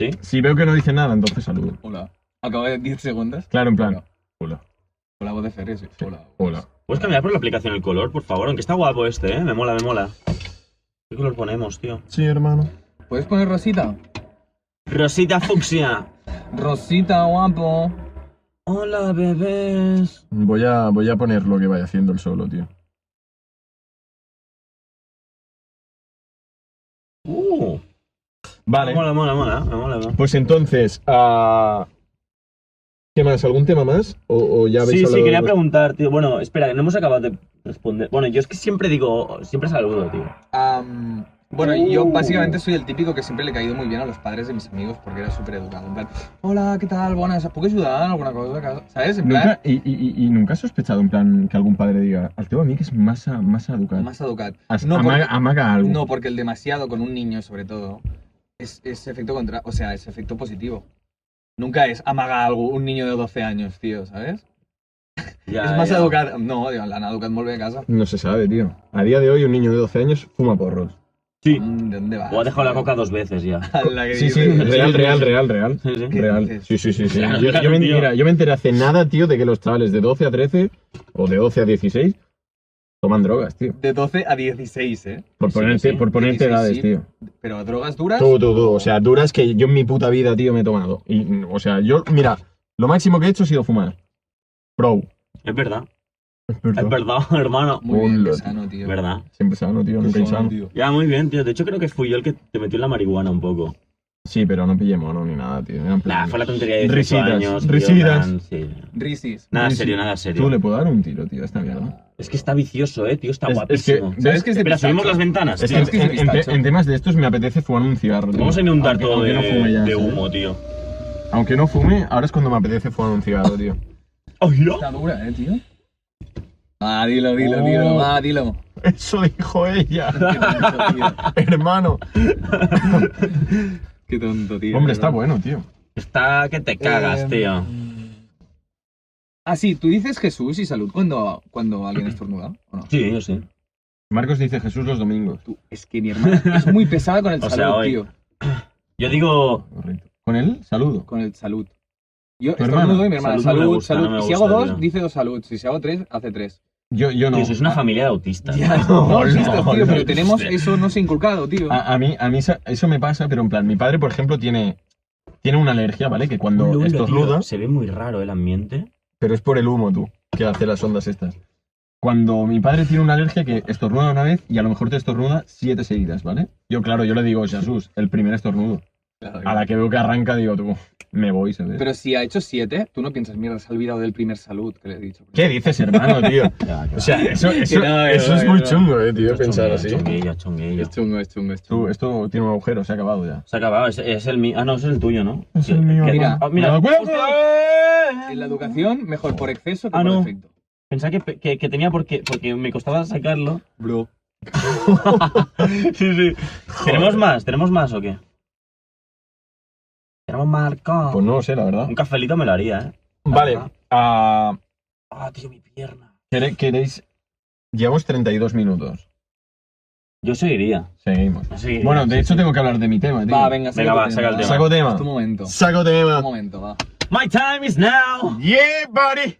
[SPEAKER 1] ¿Sí?
[SPEAKER 2] Si veo que no dicen nada, entonces saludo.
[SPEAKER 3] Hola. Acabo de 10 segundos.
[SPEAKER 2] Claro, en plan. Hola.
[SPEAKER 3] Con la voz de Ferris. Hola.
[SPEAKER 2] Hola.
[SPEAKER 1] ¿Puedes cambiar por la aplicación el color, por favor? Aunque está guapo este, ¿eh? Me mola, me mola. ¿Qué color ponemos, tío?
[SPEAKER 2] Sí, hermano.
[SPEAKER 3] ¿Puedes poner Rosita?
[SPEAKER 1] Rosita fucsia.
[SPEAKER 3] Rosita, guapo.
[SPEAKER 1] Hola, bebés.
[SPEAKER 2] Voy a, voy a poner lo que vaya haciendo el solo, tío.
[SPEAKER 1] Uh,
[SPEAKER 2] Vale.
[SPEAKER 1] Mola, mola, mola. Me mola, mola.
[SPEAKER 2] Pues entonces, ah, ¿qué más? ¿Algún tema más? ¿O, o ya
[SPEAKER 1] Sí,
[SPEAKER 2] habéis
[SPEAKER 1] sí,
[SPEAKER 2] hablado
[SPEAKER 1] quería
[SPEAKER 2] de-
[SPEAKER 1] preguntar, tío. Bueno, espera, no hemos acabado de responder. Bueno, yo es que siempre digo, siempre saludo, tío.
[SPEAKER 3] Am, bueno, yo
[SPEAKER 2] Uh.
[SPEAKER 3] básicamente soy el típico que siempre le he caído muy bien a los padres de mis amigos porque era súper educado. En plan, hola, ¿qué tal? Buenas, ¿puedo ayudar? en ¿Alguna cosa? ¿Sabes? En plan,
[SPEAKER 2] ¿Nunca, y, y- y- y nunca has sospechado en plan que algún padre diga, al tío a mí que es más, a- más educado.
[SPEAKER 3] más educado.
[SPEAKER 2] As-
[SPEAKER 3] no,
[SPEAKER 2] amaga,
[SPEAKER 3] porque-
[SPEAKER 2] amaga algo.
[SPEAKER 3] No, porque el demasiado con un niño, sobre todo, es, es efecto contra... O sea, es efecto positivo. Nunca es amaga algo un niño de 12 años, tío, ¿sabes?
[SPEAKER 1] Ya,
[SPEAKER 3] és massa
[SPEAKER 1] ya.
[SPEAKER 3] educat. No, diuen, l'han educat molt bé a casa.
[SPEAKER 2] No se sabe, tío. A día de hoy un niño de 12 años fuma porros.
[SPEAKER 1] Sí.
[SPEAKER 3] Mm, ¿De dónde vas?
[SPEAKER 1] O ha dejado la coca dos veces ya.
[SPEAKER 3] La que
[SPEAKER 2] Sí, sí,
[SPEAKER 3] dices.
[SPEAKER 2] real, real, real, real.
[SPEAKER 1] Sí, sí.
[SPEAKER 3] ¿Qué
[SPEAKER 2] Real.
[SPEAKER 3] dices?
[SPEAKER 2] Sí, sí, sí. sí.
[SPEAKER 1] Claro,
[SPEAKER 2] Yo, yo
[SPEAKER 1] claro,
[SPEAKER 2] me,
[SPEAKER 1] tío.
[SPEAKER 2] mira, yo me enteré hace nada, tío, de que los chavales de 12 a 13 o de 12 a 16 toman drogas, tío.
[SPEAKER 3] De 12 a 16, ¿eh?
[SPEAKER 2] Por
[SPEAKER 1] Sí,
[SPEAKER 2] ponerte,
[SPEAKER 1] sí.
[SPEAKER 2] por ponerte
[SPEAKER 3] 16,
[SPEAKER 2] edades,
[SPEAKER 3] sí.
[SPEAKER 2] tío.
[SPEAKER 3] Pero drogas duras.
[SPEAKER 2] Tú, tú, tú. O sea, duras que yo en mi puta vida, tío, me he tomado. Y, mm, o sea, yo, mira, lo máximo que he hecho ha sido fumar. Pro.
[SPEAKER 1] Es verdad. Es verdad, hermano.
[SPEAKER 3] Muy bien, qué
[SPEAKER 2] Hola,
[SPEAKER 3] sano, tío.
[SPEAKER 1] Verdad.
[SPEAKER 2] Siempre sano, tío, nunca insano.
[SPEAKER 1] Ya, muy bien, tío. De hecho, creo que fui yo el que te metió en la marihuana un poco.
[SPEAKER 2] Sí, pero no pillé mono ni nada, tío. Era en plan-
[SPEAKER 1] Nah, fue la tontería de 18
[SPEAKER 2] Risitas,
[SPEAKER 1] años. tío,
[SPEAKER 2] risitas.
[SPEAKER 1] en plan, sí.
[SPEAKER 3] Risis.
[SPEAKER 1] Nada
[SPEAKER 2] Sí, sí.
[SPEAKER 1] serio, nada serio.
[SPEAKER 2] Tú le puedo dar un tiro, tío, a esta mierda.
[SPEAKER 1] Es que está vicioso, eh, tío. Está
[SPEAKER 2] Es- es que-
[SPEAKER 1] guapísimo.
[SPEAKER 3] ¿Sabes que es de
[SPEAKER 1] Espera, subimos
[SPEAKER 3] pistacho?
[SPEAKER 1] las ventanas.
[SPEAKER 2] Es que
[SPEAKER 1] tío.
[SPEAKER 3] es que
[SPEAKER 2] en,
[SPEAKER 3] es
[SPEAKER 2] en- en-
[SPEAKER 3] pistacho.
[SPEAKER 2] en temas de estos me apetece fumar un cigarro, tío.
[SPEAKER 1] Vamos a un
[SPEAKER 2] Aunque-
[SPEAKER 1] dardo
[SPEAKER 2] aunque
[SPEAKER 1] de,
[SPEAKER 2] no fume ya,
[SPEAKER 1] de
[SPEAKER 2] ¿sabes?
[SPEAKER 1] humo, tío.
[SPEAKER 2] Aunque no fume, ahora es cuando me apetece fumar un cigarro, tío. ¿Ah,
[SPEAKER 1] ¡Oh, mira!
[SPEAKER 3] Está dura, ¿eh, tío? Ah, dilo, dilo, dilo.
[SPEAKER 2] Oh.
[SPEAKER 3] Va, dilo.
[SPEAKER 2] Eso dijo ella,
[SPEAKER 3] Qué tonto, tío.
[SPEAKER 2] hermano.
[SPEAKER 3] Qué tonto, tío.
[SPEAKER 2] Hombre, está
[SPEAKER 3] ¿verdad?
[SPEAKER 2] bueno, tío.
[SPEAKER 1] Está que te cagas,
[SPEAKER 3] Eh,
[SPEAKER 1] tío.
[SPEAKER 2] mm.
[SPEAKER 3] Ah, sí, tú dices Jesús y salud cuando, cuando alguien estornuda, ¿o no?
[SPEAKER 1] Sí, yo sí.
[SPEAKER 2] Marcos dice Jesús los domingos.
[SPEAKER 3] Tú, es que mi hermana es muy pesada con el
[SPEAKER 1] O sea,
[SPEAKER 3] salud,
[SPEAKER 1] hoy.
[SPEAKER 3] tío.
[SPEAKER 1] Yo digo.
[SPEAKER 2] Correcto. Con él, saludo.
[SPEAKER 3] Con el salud. Yo
[SPEAKER 2] Tu
[SPEAKER 3] estornudo
[SPEAKER 2] hermana.
[SPEAKER 3] y mi hermana,
[SPEAKER 1] Salud no me
[SPEAKER 3] salud, salud.
[SPEAKER 1] gusta, no me
[SPEAKER 3] y si hago
[SPEAKER 1] gusta,
[SPEAKER 3] dos,
[SPEAKER 1] tío.
[SPEAKER 3] dice dos salud. Si si hago tres, hace tres.
[SPEAKER 2] Yo, yo no.
[SPEAKER 1] Tío, sois una familia de autistas.
[SPEAKER 3] Ya,
[SPEAKER 2] no,
[SPEAKER 3] no, listo,
[SPEAKER 2] no,
[SPEAKER 3] tío,
[SPEAKER 2] no.
[SPEAKER 3] pero tenemos eso no se inculcado, tío.
[SPEAKER 1] Ah,
[SPEAKER 2] A, a mí, a mí esa- eso me pasa, pero en plan, mi padre, por ejemplo, tiene, tiene una alergia, ¿vale? Que cuando
[SPEAKER 1] Ulo, ulo,
[SPEAKER 2] estornuda,
[SPEAKER 1] tío, Se ve muy raro el ambiente.
[SPEAKER 2] pero es por el humo, tú, que hace las ondas estas. Cuando mi padre tiene una alergia que estornuda una vez y a lo mejor te estornuda siete seguidas, ¿vale? Yo, claro, yo le digo, Jesús, el primer estornudo. A la que veo que arranca, digo, tú, me voy, ¿sabes?
[SPEAKER 3] Pero si ha hecho siete, tú no piensas, mierda, se ha olvidado del primer salud que le he dicho.
[SPEAKER 2] ¿Qué dices, hermano, tío? O sea, eso, eso,
[SPEAKER 3] Que no, que
[SPEAKER 2] eso
[SPEAKER 3] no,
[SPEAKER 2] es
[SPEAKER 3] que
[SPEAKER 2] muy
[SPEAKER 3] no.
[SPEAKER 2] chungo, eh, tío,
[SPEAKER 1] Es
[SPEAKER 2] pensar
[SPEAKER 1] chunguillo,
[SPEAKER 2] así. Este-
[SPEAKER 1] Chunguillo, chunguillo.
[SPEAKER 3] Es chungo, es chungo, es
[SPEAKER 2] Tú, eh.
[SPEAKER 3] chungo.
[SPEAKER 2] esto tiene un agujero, se ha acabado ya.
[SPEAKER 1] Se ha acabado, es, es el mío. Ah, no, es el tuyo, ¿no?
[SPEAKER 2] Es
[SPEAKER 1] Sí,
[SPEAKER 2] el mío,
[SPEAKER 1] que-
[SPEAKER 3] ¿no?
[SPEAKER 1] Ah, mira,
[SPEAKER 2] ¡Me acuerdo!
[SPEAKER 1] justo-
[SPEAKER 3] En la educación, mejor por exceso que
[SPEAKER 1] Ah,
[SPEAKER 3] por
[SPEAKER 1] no.
[SPEAKER 3] defecto.
[SPEAKER 1] Pensaba que, pe- que- que tenía porque, porque me costaba sacarlo.
[SPEAKER 3] Bro.
[SPEAKER 1] sí, sí. ¿Tenemos más? ¿Tenemos más o qué? Tenemos marca.
[SPEAKER 2] Pues no lo sé, la verdad.
[SPEAKER 1] Un cafelito me lo haría, ¿eh?
[SPEAKER 2] Vale,
[SPEAKER 1] Ajá.
[SPEAKER 2] ah,
[SPEAKER 1] Ah, tío, mi pierna.
[SPEAKER 2] ¿quere- queréis... Llevamos 32 minutos.
[SPEAKER 1] Yo seguiría.
[SPEAKER 2] Seguimos.
[SPEAKER 1] yo seguiría.
[SPEAKER 2] Bueno, de hecho tengo que hablar de mi tema, tío.
[SPEAKER 3] Va, venga,
[SPEAKER 1] Venga, va, saca el tema.
[SPEAKER 2] Saco
[SPEAKER 3] Es
[SPEAKER 2] tema.
[SPEAKER 3] tu momento.
[SPEAKER 2] Saco
[SPEAKER 3] Un
[SPEAKER 2] tema.
[SPEAKER 3] momento, va.
[SPEAKER 1] My time is now.
[SPEAKER 2] Yeah, buddy.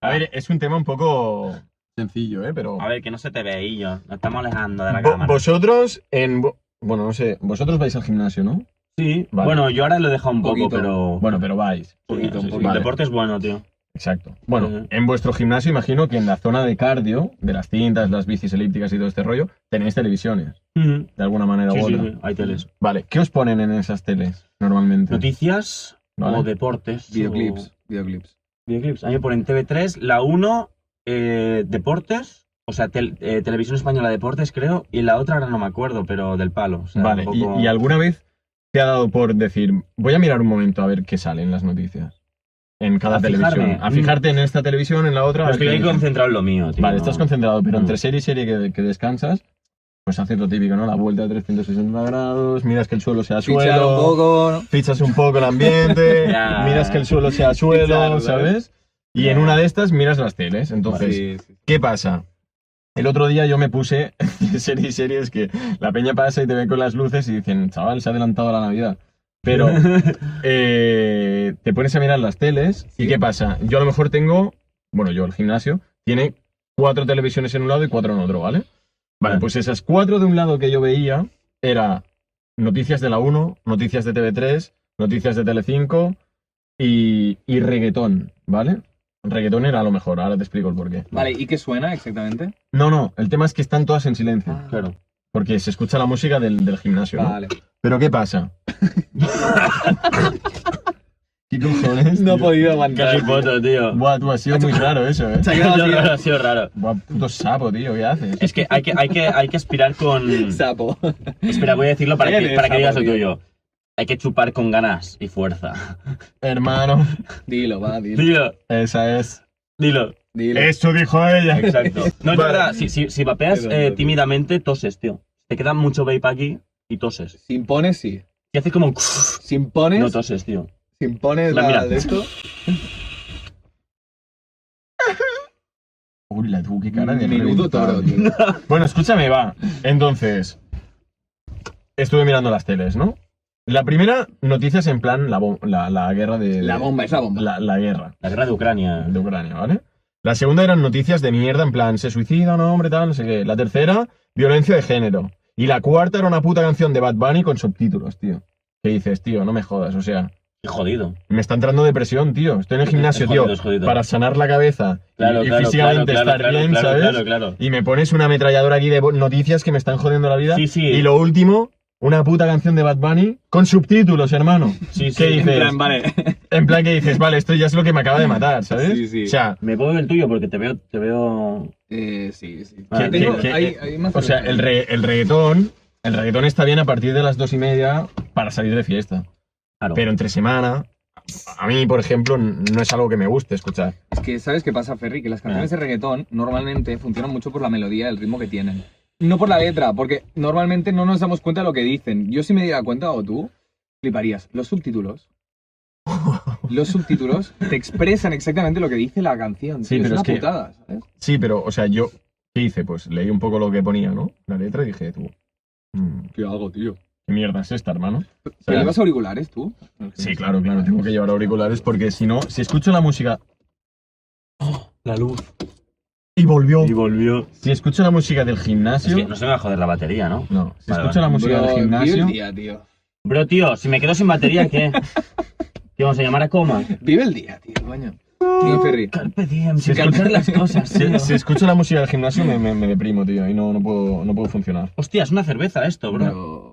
[SPEAKER 2] A ver, es un tema un poco sencillo, ¿eh? Pero...
[SPEAKER 1] A ver, que no se te ve, Illo. Nos estamos alejando de la
[SPEAKER 2] Vo-
[SPEAKER 1] cámara.
[SPEAKER 2] vosotros en... vo- Bueno, no sé, vosotros vais al gimnasio, ¿no?
[SPEAKER 1] Sí.
[SPEAKER 2] Vale.
[SPEAKER 1] Bueno, yo ahora lo he dejado un poco,
[SPEAKER 3] Poquito.
[SPEAKER 1] pero.
[SPEAKER 2] Bueno, pero vais.
[SPEAKER 1] Sí,
[SPEAKER 3] poquito,
[SPEAKER 1] sí, sí.
[SPEAKER 3] poquito.
[SPEAKER 1] El deporte es bueno, tío.
[SPEAKER 2] Exacto. Bueno,
[SPEAKER 1] Ujú.
[SPEAKER 2] en vuestro gimnasio imagino que en la zona de cardio, de las cintas, las bicis elípticas y todo este rollo, tenéis televisiones,
[SPEAKER 1] Ujú.
[SPEAKER 2] de alguna manera
[SPEAKER 1] Mm. Sí,
[SPEAKER 2] u
[SPEAKER 1] sí,
[SPEAKER 2] otra.
[SPEAKER 1] sí, hay teles.
[SPEAKER 2] Vale, ¿qué os ponen en esas teles normalmente?
[SPEAKER 1] Noticias
[SPEAKER 2] Vale.
[SPEAKER 1] o deportes. o-
[SPEAKER 3] Videoclips, videoclips.
[SPEAKER 1] Videoclips. A mí me ponen TV3, la 1, eh, Deportes, o sea, tel- eh, Televisión Española Deportes, creo, y la otra ahora no me acuerdo, pero del palo. o sea,
[SPEAKER 2] vale, y-
[SPEAKER 1] tampoco-
[SPEAKER 2] y, alguna vez te ha dado por decir, voy a mirar un momento a ver qué sale en las noticias? En cada
[SPEAKER 1] A fijarme. Mm. Pues
[SPEAKER 2] televisión. A fijarte en esta televisión, en la otra.
[SPEAKER 1] Pero
[SPEAKER 2] a
[SPEAKER 1] estoy
[SPEAKER 2] ver
[SPEAKER 1] ahí
[SPEAKER 2] qué dicen.
[SPEAKER 1] concentrado en lo mío, tío.
[SPEAKER 2] Vale,
[SPEAKER 1] no.
[SPEAKER 2] estás concentrado, pero
[SPEAKER 1] Mm.
[SPEAKER 2] entre serie y serie que, que descansas, pues haces lo típico, ¿no? La vuelta a 360 grados, miras que el suelo sea
[SPEAKER 3] Fichar
[SPEAKER 2] suelo.
[SPEAKER 3] un poco.
[SPEAKER 2] fichas un poco el ambiente,
[SPEAKER 1] Ya.
[SPEAKER 2] miras que el suelo sea suelo,
[SPEAKER 3] Fichar,
[SPEAKER 2] ¿sabes? Y en una de estas miras las teles. Entonces,
[SPEAKER 3] Sí, sí.
[SPEAKER 2] ¿qué pasa? El otro día yo me puse series y series que la peña pasa y te ve con las luces y dicen, chaval, se ha adelantado la Navidad. Pero eh, te pones a mirar las teles y
[SPEAKER 3] Sí.
[SPEAKER 2] ¿qué pasa? Yo a lo mejor tengo, bueno, yo el gimnasio, tiene cuatro televisiones en un lado y cuatro en otro, ¿vale? Vale,
[SPEAKER 1] Vale.
[SPEAKER 2] pues esas cuatro de un lado que yo veía era noticias de la 1, noticias de TV3, noticias de Telecinco y, y reggaetón, ¿vale? Reggaetón era lo mejor, ahora te explico el porqué.
[SPEAKER 3] Vale, ¿y qué suena exactamente?
[SPEAKER 2] No, no, el tema es que están todas en silencio,
[SPEAKER 1] Claro.
[SPEAKER 2] porque se escucha la música del, del gimnasio. ¿no?
[SPEAKER 3] Ah. Vale.
[SPEAKER 2] Pero ¿qué pasa? ¿Qué cojones?
[SPEAKER 3] No he
[SPEAKER 2] tío?
[SPEAKER 3] podido aguantar.
[SPEAKER 1] Casi foto, tío.
[SPEAKER 2] Buah, tú, ha sido muy raro eso, ¿eh?
[SPEAKER 3] Se ha
[SPEAKER 1] Ha sido
[SPEAKER 3] quedado así,
[SPEAKER 1] raro, ha sido raro.
[SPEAKER 2] Buah, puto sapo, tío, ¿qué haces?
[SPEAKER 1] Es que hay que, hay que, hay que aspirar con.
[SPEAKER 3] Sapo.
[SPEAKER 1] Espera, voy a decirlo para que,
[SPEAKER 3] Eres
[SPEAKER 1] para que digas el
[SPEAKER 3] sapo, tío.
[SPEAKER 1] tuyo. Hay que chupar con ganas y fuerza.
[SPEAKER 2] Hermano,
[SPEAKER 3] Dilo, va, dilo.
[SPEAKER 1] Dilo,
[SPEAKER 2] esa es...
[SPEAKER 1] dilo.
[SPEAKER 3] Dilo.
[SPEAKER 2] Eso dijo ella.
[SPEAKER 1] Exacto. No, es
[SPEAKER 2] Vale.
[SPEAKER 1] verdad, si, si, si vapeas
[SPEAKER 3] Qué tonto,
[SPEAKER 1] eh,
[SPEAKER 3] tío.
[SPEAKER 1] tímidamente, toses, tío. Te queda mucho vape aquí y toses.
[SPEAKER 3] Si impones, sí.
[SPEAKER 1] Y haces como.
[SPEAKER 3] Si impones,
[SPEAKER 1] No toses, tío.
[SPEAKER 3] si impones
[SPEAKER 1] La
[SPEAKER 3] la,
[SPEAKER 1] mira.
[SPEAKER 3] de esto.
[SPEAKER 2] Uri, la tuvo que cara de
[SPEAKER 3] Menudo
[SPEAKER 2] reventado,
[SPEAKER 3] toro, tío.
[SPEAKER 2] Bueno, escúchame, va. Entonces, estuve mirando las teles, ¿no? La primera noticia es en plan la, bom- la, la guerra de...
[SPEAKER 3] La bomba, es la bomba.
[SPEAKER 2] La, la guerra
[SPEAKER 1] La guerra de Ucrania.
[SPEAKER 2] de Ucrania, ¿vale? La segunda eran noticias de mierda, en plan, se suicida un hombre, tal, no sé qué. La tercera, violencia de género. Y la cuarta era una puta canción de Bad Bunny con subtítulos, tío. ¿Qué dices, tío? No me jodas, o sea...
[SPEAKER 1] Qué jodido.
[SPEAKER 2] Me está entrando depresión, tío. Estoy en el gimnasio,
[SPEAKER 1] Es jodido,
[SPEAKER 2] tío,
[SPEAKER 1] es jodido.
[SPEAKER 2] para sanar la cabeza y-
[SPEAKER 1] Claro,
[SPEAKER 2] y,
[SPEAKER 1] claro,
[SPEAKER 2] físicamente
[SPEAKER 1] claro,
[SPEAKER 2] estar
[SPEAKER 1] claro,
[SPEAKER 2] bien,
[SPEAKER 1] claro,
[SPEAKER 2] ¿sabes?
[SPEAKER 1] claro, claro.
[SPEAKER 2] Y me pones una ametralladora aquí de bo- noticias que me están jodiendo la vida.
[SPEAKER 1] Sí, sí.
[SPEAKER 2] Y lo último, una puta canción de Bad Bunny con subtítulos, hermano.
[SPEAKER 1] Sí, sí.
[SPEAKER 2] ¿Qué dices?
[SPEAKER 3] En plan, vale.
[SPEAKER 2] En plan que dices, vale, esto ya es lo que me acaba de matar, ¿sabes?
[SPEAKER 3] Sí, sí.
[SPEAKER 2] O sea,
[SPEAKER 1] Me pongo el tuyo porque te veo, te veo.
[SPEAKER 3] Eh, sí, sí.
[SPEAKER 1] Ah,
[SPEAKER 3] Tengo-
[SPEAKER 2] que- que-
[SPEAKER 3] hay- hay más
[SPEAKER 2] o sea el, re- el reggaetón... El reggaetón está bien a partir de las dos y media para salir de fiesta.
[SPEAKER 1] Claro.
[SPEAKER 2] Pero entre semana, a mí, por ejemplo, n- no es algo que me guste escuchar.
[SPEAKER 3] Es que, ¿sabes qué pasa, Ferry? Que las canciones
[SPEAKER 2] Ah.
[SPEAKER 3] de reggaetón normalmente funcionan mucho por la melodía, el ritmo que tienen. No por la letra, porque normalmente no nos damos cuenta de lo que dicen. Yo si me diera cuenta, o tú, fliparías. Los subtítulos. Los subtítulos te expresan exactamente lo que dice la canción.
[SPEAKER 2] Sí,
[SPEAKER 3] tío,
[SPEAKER 2] pero
[SPEAKER 3] es
[SPEAKER 2] es
[SPEAKER 3] una
[SPEAKER 2] que-
[SPEAKER 3] putada, ¿sabes?
[SPEAKER 2] Sí, pero, o sea, yo, ¿qué hice? Pues leí un poco lo que ponía, ¿no? La letra y dije, tú, mm,
[SPEAKER 3] ¿Qué hago, tío?
[SPEAKER 2] ¿qué mierda es esta, hermano?
[SPEAKER 3] ¿Pero
[SPEAKER 2] ¿Sabes?
[SPEAKER 3] llevas auriculares tú?
[SPEAKER 2] Sí, claro, claro, tengo que llevar auriculares porque si no, si escucho la música...
[SPEAKER 7] La luz.
[SPEAKER 2] Y volvió.
[SPEAKER 1] Y volvió.
[SPEAKER 2] Si escucho la música del
[SPEAKER 1] Es
[SPEAKER 2] gimnasio...
[SPEAKER 1] que no se me va a joder la batería, ¿no?
[SPEAKER 2] No, si
[SPEAKER 1] Vale,
[SPEAKER 2] escucho la música
[SPEAKER 3] Bro,
[SPEAKER 2] del
[SPEAKER 3] vive
[SPEAKER 2] gimnasio...
[SPEAKER 3] el día, tío.
[SPEAKER 1] Bro, tío, si me quedo sin batería, ¿qué? ¿Qué vamos a llamar a coma?
[SPEAKER 3] Vive el día, tío, coño. Sí, Ferry.
[SPEAKER 1] Carpe diem,
[SPEAKER 2] Si
[SPEAKER 1] sin calcular las cosas,
[SPEAKER 2] Si,
[SPEAKER 1] tío.
[SPEAKER 2] si escucho la música del gimnasio me, me- me deprimo, tío, y no, no, puedo, no puedo funcionar.
[SPEAKER 1] Hostia, es una cerveza esto, bro.
[SPEAKER 3] Pero-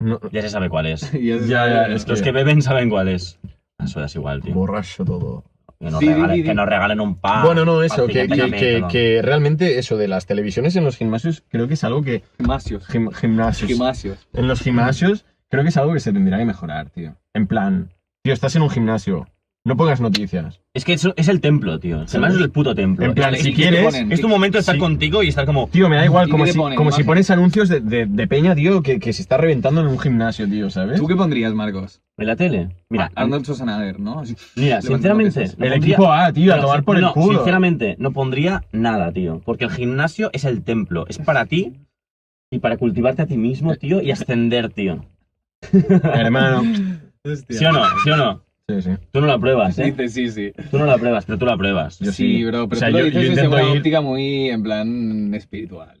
[SPEAKER 2] No,
[SPEAKER 1] Ya se sabe cuál es.
[SPEAKER 3] Ya,
[SPEAKER 2] Ya, ya, es
[SPEAKER 1] Los que beben saben cuál es. Ah, Eso es igual, tío.
[SPEAKER 2] borracho todo.
[SPEAKER 1] Que nos,
[SPEAKER 3] Sí, di,
[SPEAKER 1] regalen,
[SPEAKER 3] di, di.
[SPEAKER 1] que nos regalen un
[SPEAKER 3] Ah,
[SPEAKER 1] pan.
[SPEAKER 2] bueno, no, eso, que,
[SPEAKER 1] pastillas de
[SPEAKER 2] que, que,
[SPEAKER 1] café,
[SPEAKER 2] que realmente eso de las televisiones en los gimnasios creo que es algo que...
[SPEAKER 3] Gimnasios.
[SPEAKER 2] gim- gimnasios.
[SPEAKER 3] Gimnasios.
[SPEAKER 2] en los gimnasios creo que es algo que se tendrá que mejorar, tío. En plan, tío, estás en un gimnasio, no pongas noticias.
[SPEAKER 1] Es que eso- es el templo, tío. El gimnasio es el puto templo.
[SPEAKER 2] En plan,
[SPEAKER 1] es,
[SPEAKER 2] si
[SPEAKER 1] es-
[SPEAKER 2] quieres-
[SPEAKER 1] es tu momento de estar
[SPEAKER 2] Sí.
[SPEAKER 1] contigo y estar como.
[SPEAKER 2] Tío, me da igual,
[SPEAKER 3] ¿Y
[SPEAKER 2] como,
[SPEAKER 3] qué le
[SPEAKER 2] si,
[SPEAKER 3] ponen,
[SPEAKER 2] como si
[SPEAKER 3] imagen?
[SPEAKER 2] pones anuncios de, de- de peña, tío, que, que se está reventando en un gimnasio, tío, ¿sabes?
[SPEAKER 3] ¿Tú qué pondrías, Marcos?
[SPEAKER 1] En la tele. Mira,
[SPEAKER 2] Ah,
[SPEAKER 3] A- Arnold Schwarzenegger, ¿no? Así-
[SPEAKER 1] mira
[SPEAKER 3] levantando
[SPEAKER 1] sinceramente.
[SPEAKER 3] pesas.
[SPEAKER 1] no
[SPEAKER 2] El
[SPEAKER 1] pondría-
[SPEAKER 2] equipo A, tío, a
[SPEAKER 1] Pero,
[SPEAKER 2] tomar por
[SPEAKER 1] no,
[SPEAKER 2] el culo.
[SPEAKER 1] Sinceramente, no pondría nada, tío. Porque el gimnasio es el templo. Es para ti y para cultivarte a ti mismo,
[SPEAKER 2] Eh.
[SPEAKER 1] tío, y ascender, tío.
[SPEAKER 2] Hermano.
[SPEAKER 1] ¿Sí o no? ¿Sí o no?
[SPEAKER 2] Sí, sí.
[SPEAKER 1] Tú no la pruebas, ¿eh?
[SPEAKER 3] Dice, sí, sí.
[SPEAKER 1] Tú no la pruebas, pero tú la pruebas.
[SPEAKER 2] Yo
[SPEAKER 3] sí,
[SPEAKER 2] sí.
[SPEAKER 3] bro,
[SPEAKER 2] O
[SPEAKER 3] pero
[SPEAKER 2] sea,
[SPEAKER 3] tú
[SPEAKER 2] yo-
[SPEAKER 3] lo
[SPEAKER 2] yo
[SPEAKER 3] dices desde
[SPEAKER 2] intento
[SPEAKER 3] una
[SPEAKER 2] ir-
[SPEAKER 3] óptica muy, en plan, espiritual.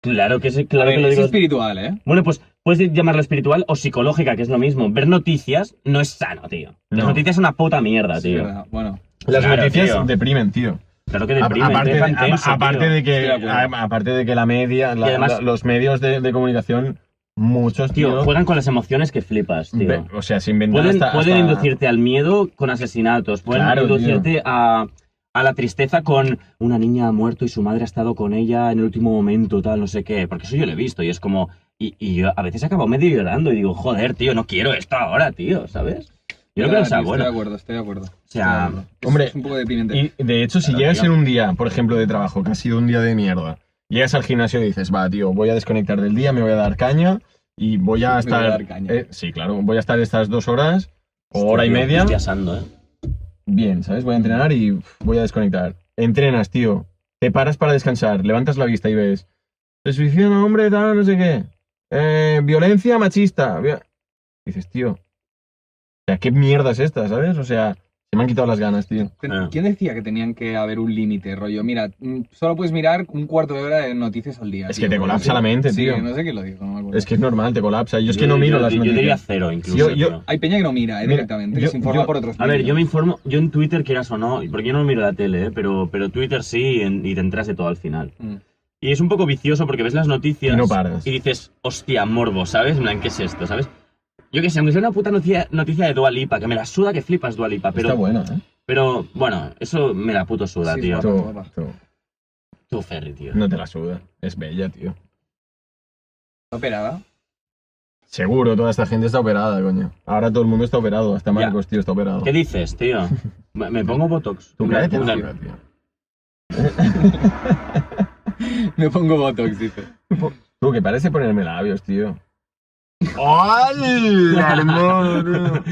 [SPEAKER 1] Claro que sí, claro
[SPEAKER 3] A ver,
[SPEAKER 1] que lo
[SPEAKER 3] es
[SPEAKER 1] digo.
[SPEAKER 3] espiritual, ¿eh?
[SPEAKER 1] Bueno, pues puedes llamarlo espiritual o psicológica, que es lo mismo. Ver noticias no es sano, tío. Las
[SPEAKER 2] No.
[SPEAKER 1] noticias son una puta
[SPEAKER 2] Ah,
[SPEAKER 1] mierda,
[SPEAKER 3] Sí,
[SPEAKER 1] tío.
[SPEAKER 3] verdad. Bueno,
[SPEAKER 2] Las
[SPEAKER 1] Claro,
[SPEAKER 2] noticias
[SPEAKER 1] tío.
[SPEAKER 2] deprimen, tío.
[SPEAKER 1] Claro que
[SPEAKER 2] A-
[SPEAKER 1] deprime, te
[SPEAKER 2] aparte, de,
[SPEAKER 1] dejan
[SPEAKER 2] a-
[SPEAKER 1] tenso,
[SPEAKER 2] aparte
[SPEAKER 1] tío.
[SPEAKER 2] de
[SPEAKER 3] Estoy
[SPEAKER 2] que,
[SPEAKER 3] de acuerdo.
[SPEAKER 2] a- aparte de que la media, la-
[SPEAKER 1] Y además-
[SPEAKER 2] la- los medios de, de comunicación, muchos,
[SPEAKER 1] Tío,
[SPEAKER 2] tío,
[SPEAKER 1] juegan con las emociones que flipas, tío.
[SPEAKER 2] ve- o sea, se inventan
[SPEAKER 1] Pueden,
[SPEAKER 2] hasta-
[SPEAKER 1] pueden
[SPEAKER 2] hasta-
[SPEAKER 1] inducirte al miedo con asesinatos, pueden
[SPEAKER 2] Claro,
[SPEAKER 1] inducirte a, a la tristeza con una niña ha muerto y su madre ha estado con ella en el último momento, tal, no sé qué. Porque eso yo lo he visto y es como. Y, y yo a veces acabo medio llorando y digo, joder, tío, no quiero esto ahora, tío, ¿sabes? Yo creo que no sea
[SPEAKER 3] estoy
[SPEAKER 1] bueno.
[SPEAKER 3] de acuerdo, estoy de acuerdo. O
[SPEAKER 1] sea,
[SPEAKER 2] hombre,
[SPEAKER 3] es un poco deprimente.
[SPEAKER 2] Y de hecho, si
[SPEAKER 1] Claro,
[SPEAKER 2] llegas
[SPEAKER 1] tío.
[SPEAKER 2] en un día, por ejemplo, de trabajo, que ha sido un día de mierda, llegas al gimnasio y dices, va, tío, voy a desconectar del día, me voy a dar caña y voy a
[SPEAKER 3] Me
[SPEAKER 2] estar.
[SPEAKER 3] voy a dar caña.
[SPEAKER 2] eh, sí, claro, voy a estar estas dos horas o hora y
[SPEAKER 1] Tío,
[SPEAKER 2] media.
[SPEAKER 1] estoy asando, ¿eh?
[SPEAKER 2] Bien, ¿sabes? Voy a entrenar y uf, voy a desconectar. Entrenas, tío. Te paras para descansar, levantas la vista y ves. Se suicida un hombre, tal, no sé qué. Eh, violencia machista. vi- Dices, tío. O sea, ¿qué mierda es esta, sabes? O sea, se me han quitado las ganas, tío.
[SPEAKER 3] Ten-
[SPEAKER 1] Ah.
[SPEAKER 3] ¿Quién decía que tenían que haber un límite, rollo? Mira, mm, solo puedes mirar un cuarto de hora de noticias al día.
[SPEAKER 2] Es
[SPEAKER 3] tío,
[SPEAKER 2] que te
[SPEAKER 3] porque
[SPEAKER 2] colapsa
[SPEAKER 3] sí.
[SPEAKER 2] la mente, tío.
[SPEAKER 3] Sí, no sé quién lo dijo, no me acuerdo.
[SPEAKER 2] Es que es normal, te colapsa. Yo es que
[SPEAKER 1] Yo-
[SPEAKER 2] no miro
[SPEAKER 1] yo-
[SPEAKER 2] las
[SPEAKER 1] yo- Yo diría
[SPEAKER 2] noticias.
[SPEAKER 1] cero, incluso.
[SPEAKER 2] Yo- yo-
[SPEAKER 1] tío.
[SPEAKER 3] Hay peña que no mira, eh,
[SPEAKER 2] Mira,
[SPEAKER 3] directamente, que
[SPEAKER 2] yo-
[SPEAKER 3] se informa
[SPEAKER 2] yo-
[SPEAKER 3] por otros
[SPEAKER 1] A ver,
[SPEAKER 3] medios.
[SPEAKER 1] yo me informo, yo en Twitter quieras o no, porque yo no miro la tele, ¿eh? pero, pero Twitter sí y en- y te entras de todo al final.
[SPEAKER 3] Mm.
[SPEAKER 1] Y es un poco vicioso porque ves las noticias
[SPEAKER 2] Y no paras.
[SPEAKER 1] y dices, hostia, morbo, ¿sabes? En plan, ¿qué es esto, sabes? Yo qué sé, aunque sea una puta noticia, noticia de Dua Lipa, que me la suda que flipas Dua Lipa, pero,
[SPEAKER 2] Está bueno, ¿eh?
[SPEAKER 1] pero bueno, eso me la puto suda,
[SPEAKER 3] Sí,
[SPEAKER 1] tío.
[SPEAKER 3] guapa.
[SPEAKER 2] Tú, tú.
[SPEAKER 1] Tú, Ferry, tío.
[SPEAKER 2] No te la suda. Es bella, tío.
[SPEAKER 3] ¿Operada?
[SPEAKER 2] Seguro, toda esta gente está operada, coño. Ahora todo el mundo está operado. Hasta Marcos, tío, está operado.
[SPEAKER 1] ¿Qué dices, tío? Me me pongo Botox.
[SPEAKER 2] Tú
[SPEAKER 1] Me-
[SPEAKER 2] cállate,
[SPEAKER 1] me-
[SPEAKER 2] tío, tío.
[SPEAKER 3] me pongo Botox, dice.
[SPEAKER 2] Tú, que parece ponerme labios, tío. ¡Hola, hermano!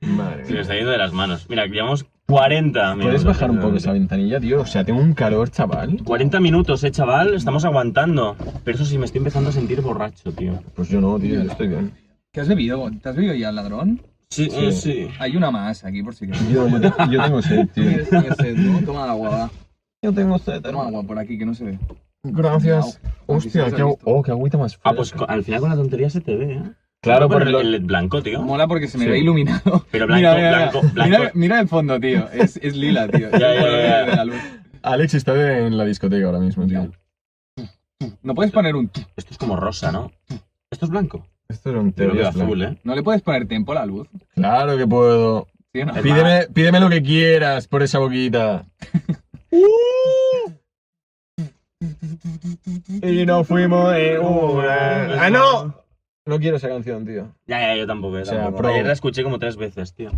[SPEAKER 2] Madre
[SPEAKER 1] Se me
[SPEAKER 2] mía.
[SPEAKER 1] está yendo de las manos. Mira, llevamos 40 minutos.
[SPEAKER 2] ¿Puedes bajar un poco esa ventanilla, tío? O sea, tengo un calor, chaval.
[SPEAKER 1] 40 minutos, eh, chaval. Estamos aguantando. Pero eso sí, me estoy empezando a sentir borracho, tío.
[SPEAKER 2] Pues yo no, tío, yo estoy bien.
[SPEAKER 3] ¿Qué has bebido? ¿Te has bebido ya el ladrón?
[SPEAKER 1] Sí,
[SPEAKER 2] eh,
[SPEAKER 1] sí.
[SPEAKER 3] Hay una más aquí, por si quieres.
[SPEAKER 2] Yo, yo, te- yo tengo sed,
[SPEAKER 3] Tú
[SPEAKER 2] tío.
[SPEAKER 3] tienes- tienes sed, ¿no? Toma agua, va.
[SPEAKER 2] Yo tengo sed,
[SPEAKER 3] Toma
[SPEAKER 2] hermano.
[SPEAKER 3] agua por aquí, que no se ve.
[SPEAKER 2] Gracias.
[SPEAKER 3] Au.
[SPEAKER 2] Hostia, qué, agu- oh, qué agüita más fría.
[SPEAKER 1] Ah, pues co- al final con la tontería se te ve, ¿eh?
[SPEAKER 2] Claro,
[SPEAKER 1] por
[SPEAKER 2] por
[SPEAKER 1] el,
[SPEAKER 2] lo-
[SPEAKER 1] el blanco, tío.
[SPEAKER 3] Mola porque se me
[SPEAKER 2] Sí.
[SPEAKER 3] ve iluminado.
[SPEAKER 1] Pero blanco, blanco, blanco.
[SPEAKER 3] Mira, mira el fondo, tío. Es, es lila, tío.
[SPEAKER 1] Ya, ya, ya.
[SPEAKER 3] De la luz.
[SPEAKER 2] Alex está de- en la discoteca ahora mismo, tío.
[SPEAKER 3] No puedes poner un...
[SPEAKER 1] Esto es como rosa, ¿no? Esto es blanco.
[SPEAKER 2] Esto era un
[SPEAKER 1] Yo lo veo
[SPEAKER 2] teoría
[SPEAKER 1] azul, ¿eh?
[SPEAKER 3] No le puedes poner tiempo a la luz.
[SPEAKER 2] Claro que puedo.
[SPEAKER 3] ¿Sí o no?
[SPEAKER 1] Es
[SPEAKER 2] Pídeme, pídeme lo que quieras por esa boquita. y nos fuimos de una. ¡Ah, no! No quiero esa canción, tío.
[SPEAKER 1] Ya, ya, yo tampoco. yo
[SPEAKER 2] O sea,
[SPEAKER 1] tampoco.
[SPEAKER 2] pro.
[SPEAKER 1] Ayer la escuché como tres veces, tío.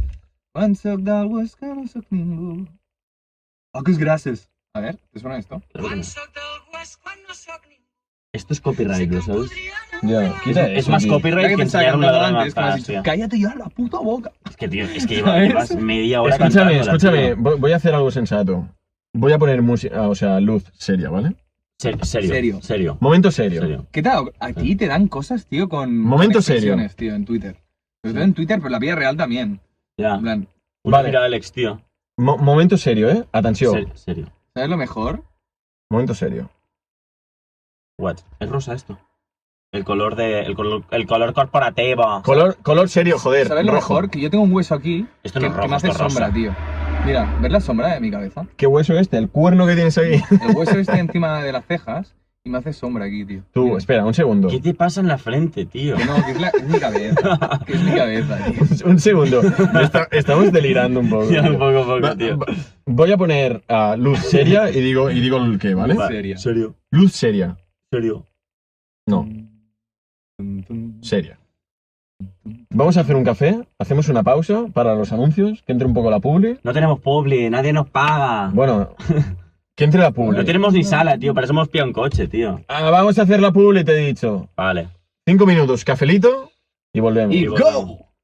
[SPEAKER 3] Once of the was gonna suck me blue. Pocas Ah, gracias. A ver, ¿te suena esto?
[SPEAKER 1] Claro que no. Esto es copyright, ¿lo sabes?
[SPEAKER 2] Ya,
[SPEAKER 1] Es,
[SPEAKER 2] quita
[SPEAKER 1] es
[SPEAKER 2] eso,
[SPEAKER 1] más
[SPEAKER 2] tío.
[SPEAKER 1] copyright que enseñar un ladrón a
[SPEAKER 3] como has
[SPEAKER 1] las
[SPEAKER 3] dicho, cállate ya la puta boca.
[SPEAKER 1] Es que, tío, es que lleva-
[SPEAKER 3] ¿Sabes?
[SPEAKER 1] llevas media hora
[SPEAKER 2] Escúchame,
[SPEAKER 1] cantándola,
[SPEAKER 2] escúchame.
[SPEAKER 1] tío.
[SPEAKER 2] Voy voy a hacer algo sensato. Voy a poner música, o sea, luz seria, ¿vale?
[SPEAKER 1] Ser- serio, serio,
[SPEAKER 3] Serio.
[SPEAKER 1] serio.
[SPEAKER 2] Momento serio.
[SPEAKER 3] ¿Qué tal? A ti te dan cosas, tío, con.
[SPEAKER 2] Momento
[SPEAKER 3] con
[SPEAKER 2] serio.
[SPEAKER 3] expresiones, tío, en Twitter. Sobre todo en Twitter, pero en la vida real también.
[SPEAKER 1] Ya.
[SPEAKER 3] En plan,
[SPEAKER 1] Una
[SPEAKER 2] Vale.
[SPEAKER 1] mira Alex, tío.
[SPEAKER 2] Mo- momento serio, ¿eh? Atención.
[SPEAKER 1] Ser- serio.
[SPEAKER 3] ¿sabes lo mejor?
[SPEAKER 2] Momento serio.
[SPEAKER 1] What? Es rosa esto. El color de. El color, el color corporativo.
[SPEAKER 2] Color, color serio, joder.
[SPEAKER 3] ¿Sabes lo
[SPEAKER 2] rojo.
[SPEAKER 3] mejor? Que yo tengo un hueso aquí
[SPEAKER 1] Esto
[SPEAKER 3] que,
[SPEAKER 1] no es
[SPEAKER 3] que
[SPEAKER 1] rojo,
[SPEAKER 3] me hace
[SPEAKER 1] esto es
[SPEAKER 3] sombra,
[SPEAKER 1] rosa.
[SPEAKER 3] tío. Mira, ¿ves la sombra de mi cabeza?
[SPEAKER 2] ¿Qué hueso es este? El cuerno que tienes ahí.
[SPEAKER 3] El hueso está encima de las cejas y me hace sombra aquí, tío.
[SPEAKER 2] Tú,
[SPEAKER 3] Mira.
[SPEAKER 2] espera, un segundo.
[SPEAKER 1] ¿Qué te pasa en la frente, tío?
[SPEAKER 3] Que no, que es, la- es mi cabeza. Que es mi cabeza, tío.
[SPEAKER 2] un segundo. Está- estamos delirando un poco.
[SPEAKER 1] Ya,
[SPEAKER 2] tío.
[SPEAKER 1] poco a poco,
[SPEAKER 2] Va-
[SPEAKER 1] tío.
[SPEAKER 2] va- voy a poner ah, luz seria y digo, y digo el que, ¿vale?
[SPEAKER 3] Va.
[SPEAKER 1] serio.
[SPEAKER 3] seria.
[SPEAKER 1] Serio,
[SPEAKER 2] Luz seria.
[SPEAKER 1] serio.
[SPEAKER 2] No, seria. Vamos a hacer un café, hacemos una pausa para los anuncios, que entre un poco la publi.
[SPEAKER 1] No tenemos publi, nadie nos paga.
[SPEAKER 2] Bueno, eh. que entre la
[SPEAKER 1] no
[SPEAKER 2] publi.
[SPEAKER 1] tenemos ni sala, tío. Para eso hemos pillado un coche, tío.
[SPEAKER 2] Ah, vamos a hacer la publi, te he dicho.
[SPEAKER 1] Vale.
[SPEAKER 2] Cinco minutos, cafelito y volvemos.
[SPEAKER 1] Y go.